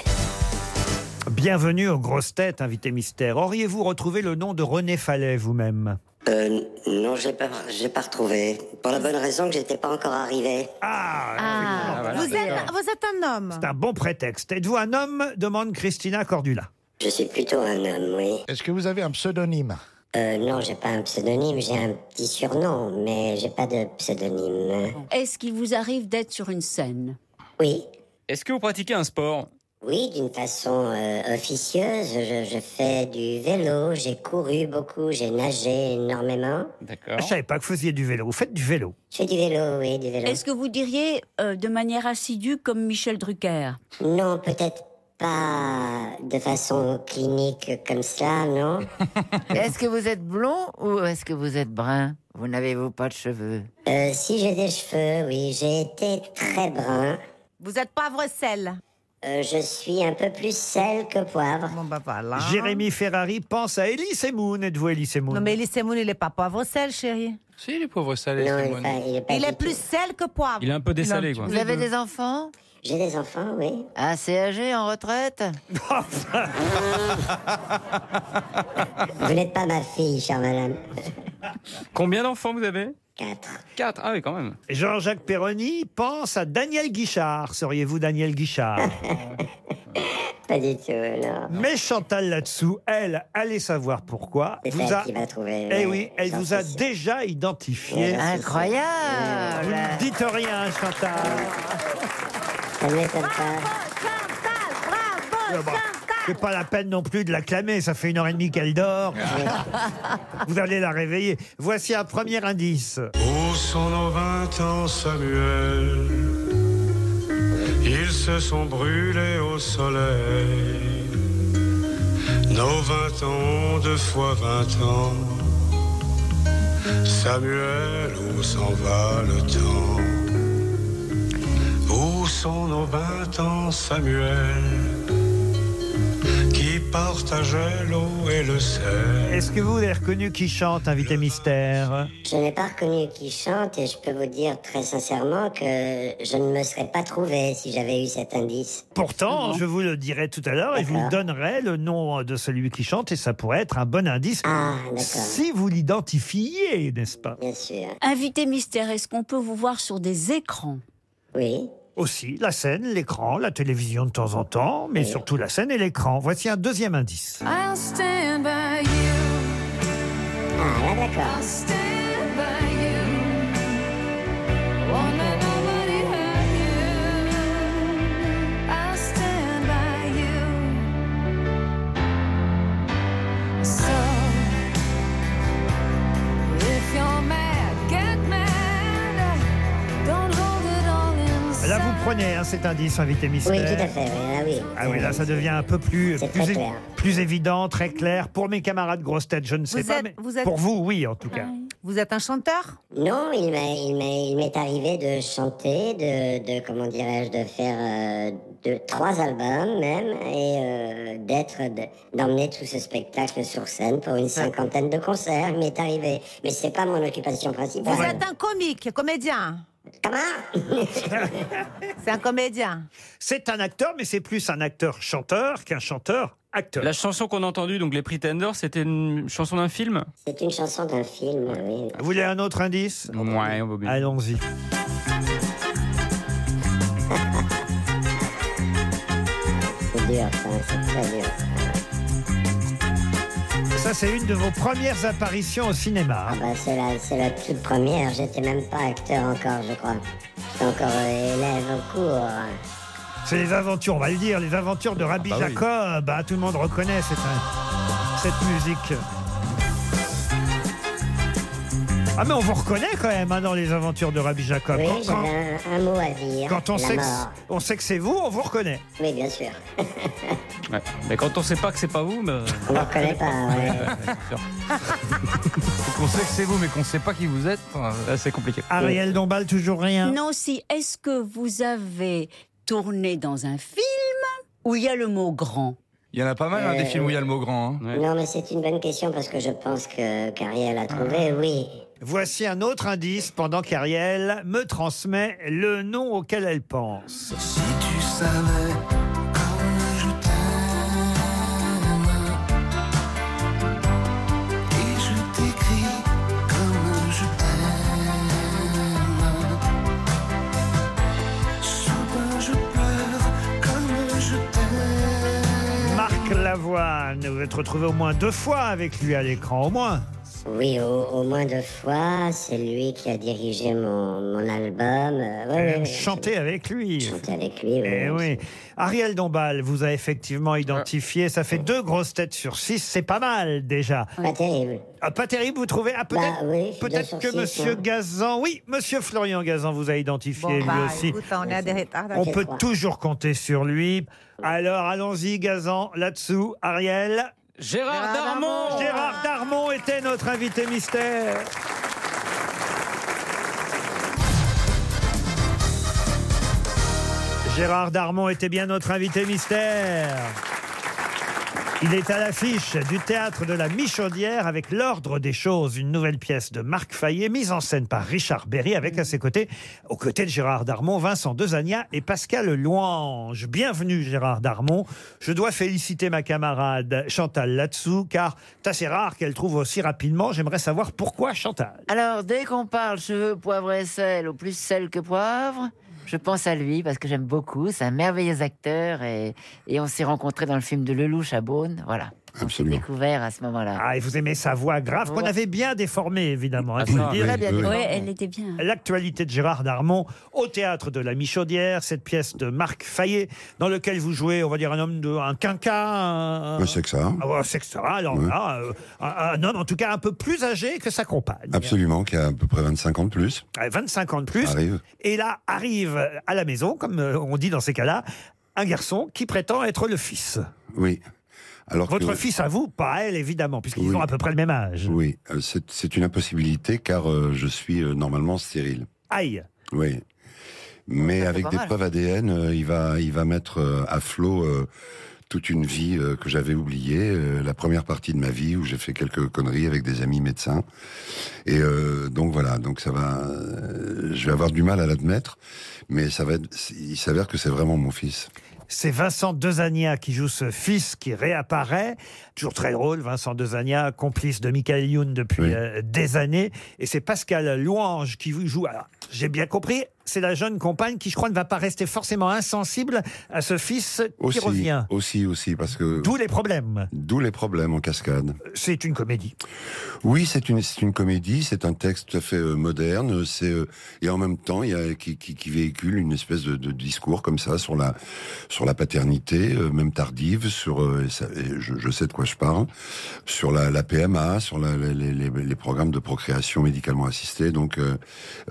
S3: Bienvenue aux grosses têtes, invité mystère. Auriez-vous retrouvé le nom de René Fallet vous-même
S14: Euh, non, j'ai pas, j'ai pas retrouvé. Pour la bonne raison que j'étais pas encore arrivé.
S3: Ah,
S5: Ah,
S8: voilà,
S5: vous, êtes, vous êtes un homme.
S3: C'est un bon prétexte. Êtes-vous un homme demande Christina Cordula.
S14: Je suis plutôt un homme, oui.
S9: Est-ce que vous avez un pseudonyme
S14: Euh, non, j'ai pas un pseudonyme, j'ai un petit surnom, mais j'ai pas de pseudonyme.
S7: Est-ce qu'il vous arrive d'être sur une scène
S14: Oui.
S8: Est-ce que vous pratiquez un sport
S14: Oui, d'une façon euh, officieuse, je, je fais du vélo, j'ai couru beaucoup, j'ai nagé énormément.
S8: D'accord.
S3: Ah, Je savais pas que vous faisiez du vélo. Vous faites du vélo.
S14: Je fais du vélo, oui, du vélo.
S7: Est-ce que vous diriez euh, de manière assidue comme Michel Drucker
S14: Non, peut-être pas de façon clinique comme cela, non
S12: Est-ce que vous êtes blond ou est-ce que vous êtes brun Vous n'avez-vous pas de cheveux
S14: Euh, Si j'ai des cheveux, oui, j'ai été très brun.
S5: Vous n'êtes pas vrai sel
S14: Euh, je suis un peu plus sel que poivre. Bon,
S5: bah voilà.
S3: Jérémy Ferrari pense à Elie Semoun. Êtes-vous Elie Semoun
S5: Non, mais Elie Semoun, il n'est pas poivre sel, chérie.
S4: Si, les pauvres salés, c'est bon.
S5: Il est plus sel que poivre.
S4: Il est un peu dessalé,
S5: Il a un
S4: quoi.
S5: petit
S12: Vous
S5: peu
S12: avez
S5: de-
S12: des enfants
S14: J'ai des enfants, oui.
S12: Ah, c'est âgé, en retraite
S14: Vous n'êtes pas ma fille, chère madame.
S8: Combien d'enfants vous avez
S14: Quatre.
S8: Quatre, ah oui, quand même.
S3: Jean-Jacques Perroni pense à Daniel Guichard. Seriez-vous Daniel Guichard
S14: Pas du tout, non.
S3: Mais Chantal là-dessous, elle, allez savoir pourquoi,
S14: C'est
S3: vous
S14: elle
S3: a...
S14: qui m'a trouvé,
S3: Eh
S14: ouais,
S3: oui, elle
S14: j'en
S3: vous
S14: suis
S3: a
S14: sûr.
S3: déjà identifié.
S14: Ouais, j'en suis sûr.
S3: Vous ne dites rien, Chantal.
S14: Ça ne m'étonne pas.
S3: Ah bah, C'est pas la peine non plus de l'acclamer, ça fait une heure et demie qu'elle dort. Vous allez la réveiller. Voici un premier indice.
S15: Où sont nos vingt ans, Samuel Ils se sont brûlés au soleil. Nos vingt ans, deux fois vingt ans. Samuel, où s'en va le temps Où sont nos vingt ans, Samuel Qui partageaient l'eau et le sel.
S3: Est-ce que vous avez reconnu qui chante, invité mystère
S14: Je n'ai pas reconnu qui chante et je peux vous dire très sincèrement que je ne me serais pas trouvé si j'avais eu cet indice.
S3: Pourtant, je vous le dirai tout à l'heure et je vous donnerai le nom de celui qui chante et ça pourrait être un bon indice si vous l'identifiez, n'est-ce pas
S14: Ah, Bien sûr.
S7: Invité mystère, est-ce qu'on peut vous voir sur des écrans
S14: Oui.
S3: Aussi, la scène, l'écran, la télévision de temps en temps, mais surtout la scène et l'écran. Voici un deuxième indice.
S11: I'll stand by you. I'll stand by you. Won't let nobody hurt you. I'll stand by you. So, if you're mad, get mad. Don't hold it all inside.
S3: Là, vous prenez hein, cet indice, invité mystère.
S14: Oui, tout à fait, oui, là, oui.
S3: Ah oui, là, ça devient un peu plus,
S14: C'est
S3: plus,
S14: très
S3: é-
S14: clair.
S3: plus évident, très clair. Pour mes camarades grosses têtes, je ne sais
S5: Vous
S3: pas.
S5: êtes-
S3: mais
S5: vous êtes-
S3: Pour vous, oui, en tout cas.
S5: Vous êtes un chanteur
S14: Non, il m'est il m'est- il m'est arrivé de chanter, de, de comment dirais-je, de faire euh, deux, trois albums même et euh, d'être de- d'emmener tout ce spectacle sur scène pour une cinquantaine de concerts. Il m'est arrivé, mais c'est pas mon occupation
S5: Vous
S14: principale.
S5: êtes un comique, comédien.
S14: Comment
S5: C'est un comédien.
S3: C'est un acteur, mais c'est plus un acteur-chanteur qu'un chanteur-acteur.
S8: La chanson qu'on a entendue, donc les Pretenders, c'était une chanson d'un film
S14: C'est une chanson d'un film, oui.
S3: Vous voulez un autre indice
S8: Ouais, on va bien.
S3: Allons-y.
S14: C'est dur, ça, c'est très dur.
S3: Ça, c'est une de vos premières apparitions au cinéma.
S14: Ah bah, c'est la, c'est la toute première, j'étais même pas acteur encore, je crois. J'étais encore euh, élève au cours.
S3: C'est les aventures, on va le dire, les aventures de Rabbi
S14: bah oui.
S3: Jacob. Ah, tout le monde reconnaît cette, euh, cette musique. Ah mais on vous reconnaît quand même hein, dans les aventures de Rabbi Jacob.
S14: Oui,
S3: Quand- quand,
S14: j'avais un, un mot à dire.
S3: quand on,
S14: la
S3: sait que,
S14: mort.
S3: on sait que c'est vous, on vous reconnaît.
S14: Oui, bien sûr.
S8: Ouais. Mais quand on sait pas que c'est pas vous, bah- mais...
S14: On ne reconnaît pas, ouais.
S4: Qu'on sait que c'est vous, mais qu'on sait pas qui vous êtes. euh,
S8: Ah, c'est compliqué.
S3: Ariel Dombal, toujours rien.
S7: Non, si, est-ce que vous avez tourné dans un film où il y a le mot grand
S4: Il y en a pas mal, hein, des
S14: Euh,
S4: films où il y a le mot grand. hein.
S14: Non, mais c'est une bonne question parce que je pense que qu'Ariel a trouvé,
S3: Ah,
S14: oui.
S3: Voici un autre indice pendant qu'Ariel me transmet le nom auquel elle pense.
S1: Si tu savais comme je t'aime Et je t'écris comme je t'aime Soudain je pleure comme je t'aime
S3: Marc Lavoine, vous êtes retrouvé au moins deux fois avec lui à l'écran, au moins.
S14: Oui, au, au moins deux fois. C'est lui qui a dirigé mon, mon album. Euh, ouais, ouais, ouais.
S3: Chanter avec lui. Chanter
S14: avec lui, oui.
S3: Eh oui. Ariel Dombal vous a effectivement identifié. Ça fait deux grosses têtes sur six. C'est pas mal déjà.
S14: Pas terrible.
S3: Ah, pas terrible, vous trouvez Ah, peut-être
S14: Bah oui, deux
S3: peut-être
S14: sur
S3: que
S14: six,
S3: monsieur
S14: hein.
S3: Gazan. Oui, monsieur Florian Gazan vous a identifié
S5: Bon,
S3: lui
S5: bah,
S3: aussi.
S5: écoute, on a des retardataires.
S3: On peut
S5: quoi.
S3: toujours compter sur lui. Alors allons-y, Gazan, là-dessous. Ariel.
S8: Gérard Darmon
S3: Gérard Darmon était notre invité mystère. Gérard Darmon était bien notre invité mystère. Il est à l'affiche du théâtre de la Michaudière avec L'Ordre des choses, une nouvelle pièce de Marc Fayet, mise en scène par Richard Berry, avec à ses côtés, aux côtés de Gérard Darmon, Vincent Desagna et Pascal Louange. Bienvenue Gérard Darmon. Je dois féliciter ma camarade Chantal là-dessous, car c'est assez rare qu'elle trouve aussi rapidement. J'aimerais savoir pourquoi Chantal.
S12: Alors, dès qu'on parle cheveux, poivre et sel, ou plus sel que poivre, je pense à lui parce que j'aime beaucoup. C'est un merveilleux acteur et, et on s'est rencontrés dans le film de Lelouch à Beaune. Voilà. On s'est découvert à ce moment-là.
S3: Ah, et vous aimez sa voix grave qu'on avait bien déformée, évidemment. hein,
S12: Ah,
S3: faut le
S12: ça,
S3: dire.
S12: très bien Oui, déformée.
S7: Ouais, elle était bien.
S3: L'actualité de Gérard Darmon au théâtre de la Michaudière, cette pièce de Marc Fayet, dans lequel vous jouez, on va dire, un homme de. un quinca. Un...
S16: Ouais, c'est que ça.
S3: Ah ouais, c'est que ça. Alors
S16: Ouais.
S3: là, euh, un, un homme en tout cas un peu plus âgé que sa compagne.
S16: Absolument, qui a à peu près 25 ans de plus.
S3: Ouais, 25 ans de plus.
S16: Arrive.
S3: Et là, arrive à la maison, comme euh, on dit dans ces cas-là, un garçon qui prétend être le fils.
S16: Oui. Alors
S3: Votre
S16: que-
S3: fils à vous, pas à elle, évidemment, puisqu'ils
S16: Oui.
S3: ont à peu près le même âge.
S16: Oui, euh, c'est c'est une impossibilité car euh, je suis euh, normalement stérile.
S3: Aïe
S16: Oui. Mais avec
S3: pas
S16: des
S3: mal.
S16: preuves ADN, euh, il, va, il va mettre euh, à flot euh, toute une vie euh, que j'avais oubliée, euh, la première partie de ma vie où j'ai fait quelques conneries avec des amis médecins. Et euh, donc voilà, donc ça va. euh, je vais avoir du mal à l'admettre, mais ça va être- il s'avère que c'est vraiment mon fils.
S3: C'est Vincent Desagna qui joue ce fils qui réapparaît. Toujours très drôle, Vincent Desagna, complice de Michael Youn depuis
S16: Oui.
S3: euh, des années. Et c'est Pascal Louange qui vous joue. Alors, j'ai bien compris, c'est la jeune compagne qui, je crois, ne va pas rester forcément insensible à ce fils
S16: Aussi,
S3: qui revient.
S16: aussi, aussi, parce que
S3: D'où les problèmes.
S16: d'où les problèmes en cascade.
S3: C'est une comédie.
S16: Oui, c'est une, c'est une comédie, c'est un texte tout à fait euh, moderne, euh, c'est euh, et en même temps il y a, qui, qui, qui véhicule une espèce de, de discours comme ça sur la sur la paternité, euh, même tardive, sur euh, et ça- et je, je sais de quoi je parle, sur la, la PMA, sur la- les, les- les- les programmes de procréation médicalement assistée. Donc euh,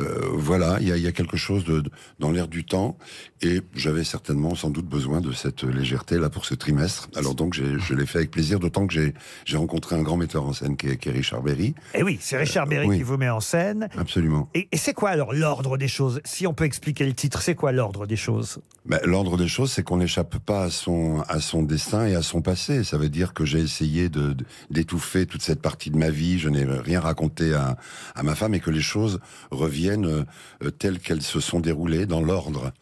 S16: euh, voilà, il y a, il y a quelque chose de, de- dans l'air du temps et j'avais certainement sans doute besoin de cette légèreté là pour ce trimestre. Alors donc j'ai- je l'ai fait avec plaisir, d'autant que j'ai j'ai rencontré un grand metteur en scène qui est, qui est Richard Berry.
S3: Et Eh oui, c'est Richard Berry
S16: Euh, oui.
S3: qui vous met en scène.
S16: Absolument.
S3: Et, et c'est quoi alors l'ordre des choses Si on peut expliquer le titre, c'est quoi l'ordre des choses
S16: Ben, L'ordre des choses, c'est qu'on n'échappe pas à son, à son destin et à son passé. Ça veut dire que j'ai essayé de- de- d'étouffer toute cette partie de ma vie. Je n'ai rien raconté à, à ma femme et que les choses reviennent euh, euh, telles qu'elles se sont déroulées dans l'ordre.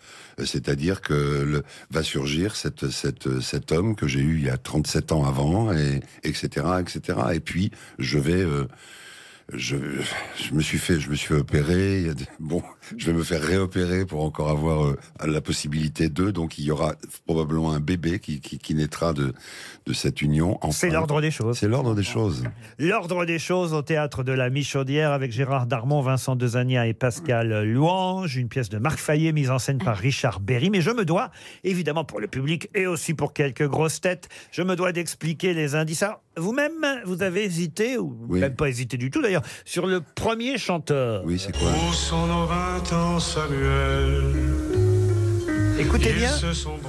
S16: Euh, C'est-à-dire que le- va surgir cette, cette, euh, cet homme que j'ai eu il y a 37 ans avant, et, etc., etc. Et puis, je vais... euh, je, je me suis fait, je me suis fait opérer. il y a des- bon, je vais me faire réopérer pour encore avoir euh, la possibilité d'eux. Donc il y aura probablement un bébé qui, qui, qui naîtra de, de cette union.
S3: C'est l'ordre des choses.
S16: C'est l'ordre des choses.
S3: L'ordre des choses au théâtre de la Michaudière avec Gérard Darmon, Vincent Desagna et Pascal Louange, une pièce de Marc Fayet mise en scène par Richard Berry. Mais je me dois, évidemment pour le public et aussi pour quelques grosses têtes, je me dois d'expliquer les indices. Alors, Vous-même, vous avez hésité, ou même pas hésité du tout d'ailleurs, sur le premier chanteur.
S16: Oui, c'est quoi
S15: Où sont nos vingt ans, Samuel
S3: Écoutez bien.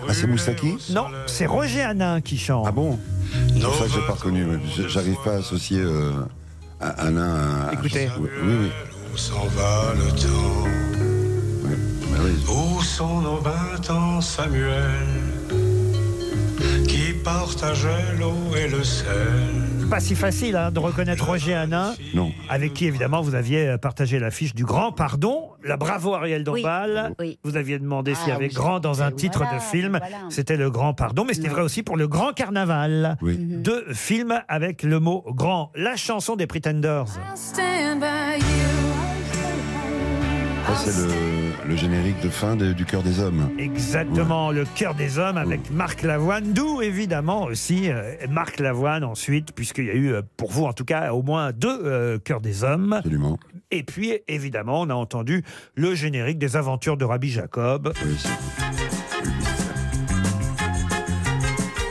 S16: Ah, c'est Moussaki
S3: Non, c'est Roger Hanin qui chante.
S16: Ah bon C'est pour ça que j'ai pas reconnu. mais je- J'arrive pas à associer euh, un- un à un. Écoutez. Oui, oui. oui.
S15: Où s'en va le temps
S16: Ben oui.
S15: Où sont nos vingt ans, Samuel Qui partageaient l'eau et le sel
S3: Pas si facile hein, de reconnaître Roger Hanin.
S16: Non.
S3: Avec qui, évidemment, vous aviez euh, partagé l'affiche du Grand Pardon. La bravo Ariel
S7: Oui,
S3: Dombal. Vous aviez demandé s'il y
S7: Ah
S3: avait
S7: oui.
S3: grand dans un
S7: Et
S3: titre
S7: voilà,
S3: de film.
S7: et voilà.
S3: C'était le Grand Pardon, mais c'était vrai aussi pour le Grand Carnaval.
S7: Mhm.
S3: Deux films avec le mot grand. La chanson des Pretenders.
S11: Stand by you.
S16: Oh, Ça, c'est le, le générique de fin de- du Cœur des Hommes.
S3: Exactement, le cœur des hommes avec Marc Lavoine, d'où évidemment aussi euh, Marc Lavoine ensuite, puisqu'il y a eu, euh, pour vous en tout cas, au moins deux euh, cœurs des hommes.
S16: Absolument.
S3: Et puis, évidemment, on a entendu le générique des aventures de Rabbi Jacob.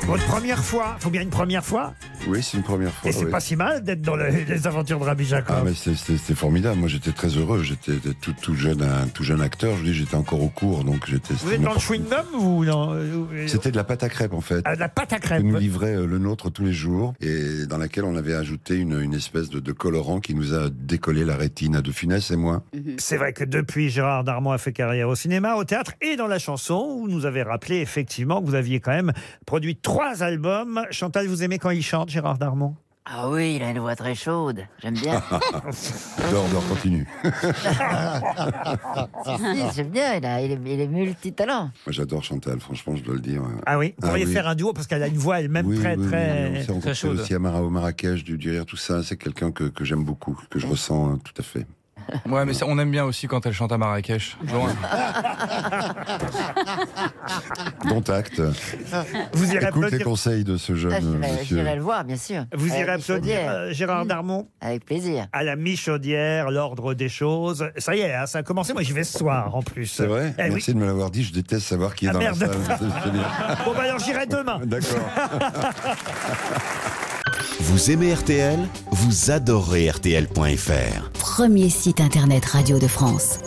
S3: Votre première fois, faut bien une première fois,
S16: Oui, c'est une première fois.
S3: et c'est
S16: oui.
S3: pas si mal d'être dans le- les aventures de Rabbi Jacob.
S16: Ah, mais c'est- c'est- c'était formidable. Moi, j'étais très heureux. J'étais tout, tout jeune, un tout jeune acteur. Je dis, j'étais encore au cours, donc j'étais.
S3: Vous
S16: c'était
S3: êtes dans le
S16: n'importe-
S3: chewing-gum ou dans euh,
S16: C'était de la pâte à crêpes en fait.
S3: Ah, de la pâte à crêpes.
S16: Que nous livrait euh, le nôtre tous les jours et dans laquelle on avait ajouté une, une espèce de, de colorant qui nous a décollé la rétine à De Funès et moi.
S12: Mhm.
S3: C'est vrai que depuis, Gérard Darmon a fait carrière au cinéma, au théâtre et dans la chanson. Vous nous avez rappelé effectivement que vous aviez quand même produit trois albums. Chantal, vous aimez quand il chante, Gérard Darmon
S12: Ah oui, il a une voix très chaude. J'aime bien.
S16: dors, dors, continue.
S12: Si, J'aime bien, il, a- il est, il est multitalent.
S16: Moi, j'adore Chantal, franchement, je dois le dire.
S3: Ah oui, vous pourriez
S16: oui.
S3: faire un duo parce qu'elle a une voix elle-même
S16: Oui,
S3: très,
S16: oui, oui,
S3: très.
S16: oui, on s'est rencontrés aussi à Mara- au Marrakech, du, du rire, tout ça. C'est quelqu'un que, que j'aime beaucoup, que je ressens euh, tout à fait.
S4: Ouais, mais ça, on aime bien aussi quand elle chante à Marrakech. Genre,
S16: Dont acte.
S3: Vous irez
S16: Écoute les
S3: applaudir-
S16: conseils de ce jeune
S12: Ah,
S16: euh,
S12: j'irai-
S16: monsieur.
S12: J'irai le voir, bien sûr.
S3: Vous
S12: Avec
S3: irez
S12: les
S3: applaudir
S12: chaudières.
S3: euh, Gérard Darmon
S12: Mm. Avec plaisir.
S3: À la mi-chaudière, l'ordre des choses. Ça y est, hein, ça a commencé. Moi, j'y vais ce soir en plus.
S16: C'est vrai
S3: Eh oui.
S16: Merci de me l'avoir dit, je déteste savoir qui est
S3: Ah,
S16: dans
S3: merde.
S16: la salle. C'est- c'est bien.
S3: Bon, bah alors j'irai demain.
S16: D'accord.
S17: Vous aimez RTL Vous adorez RTL.fr.
S2: Premier site internet radio de France.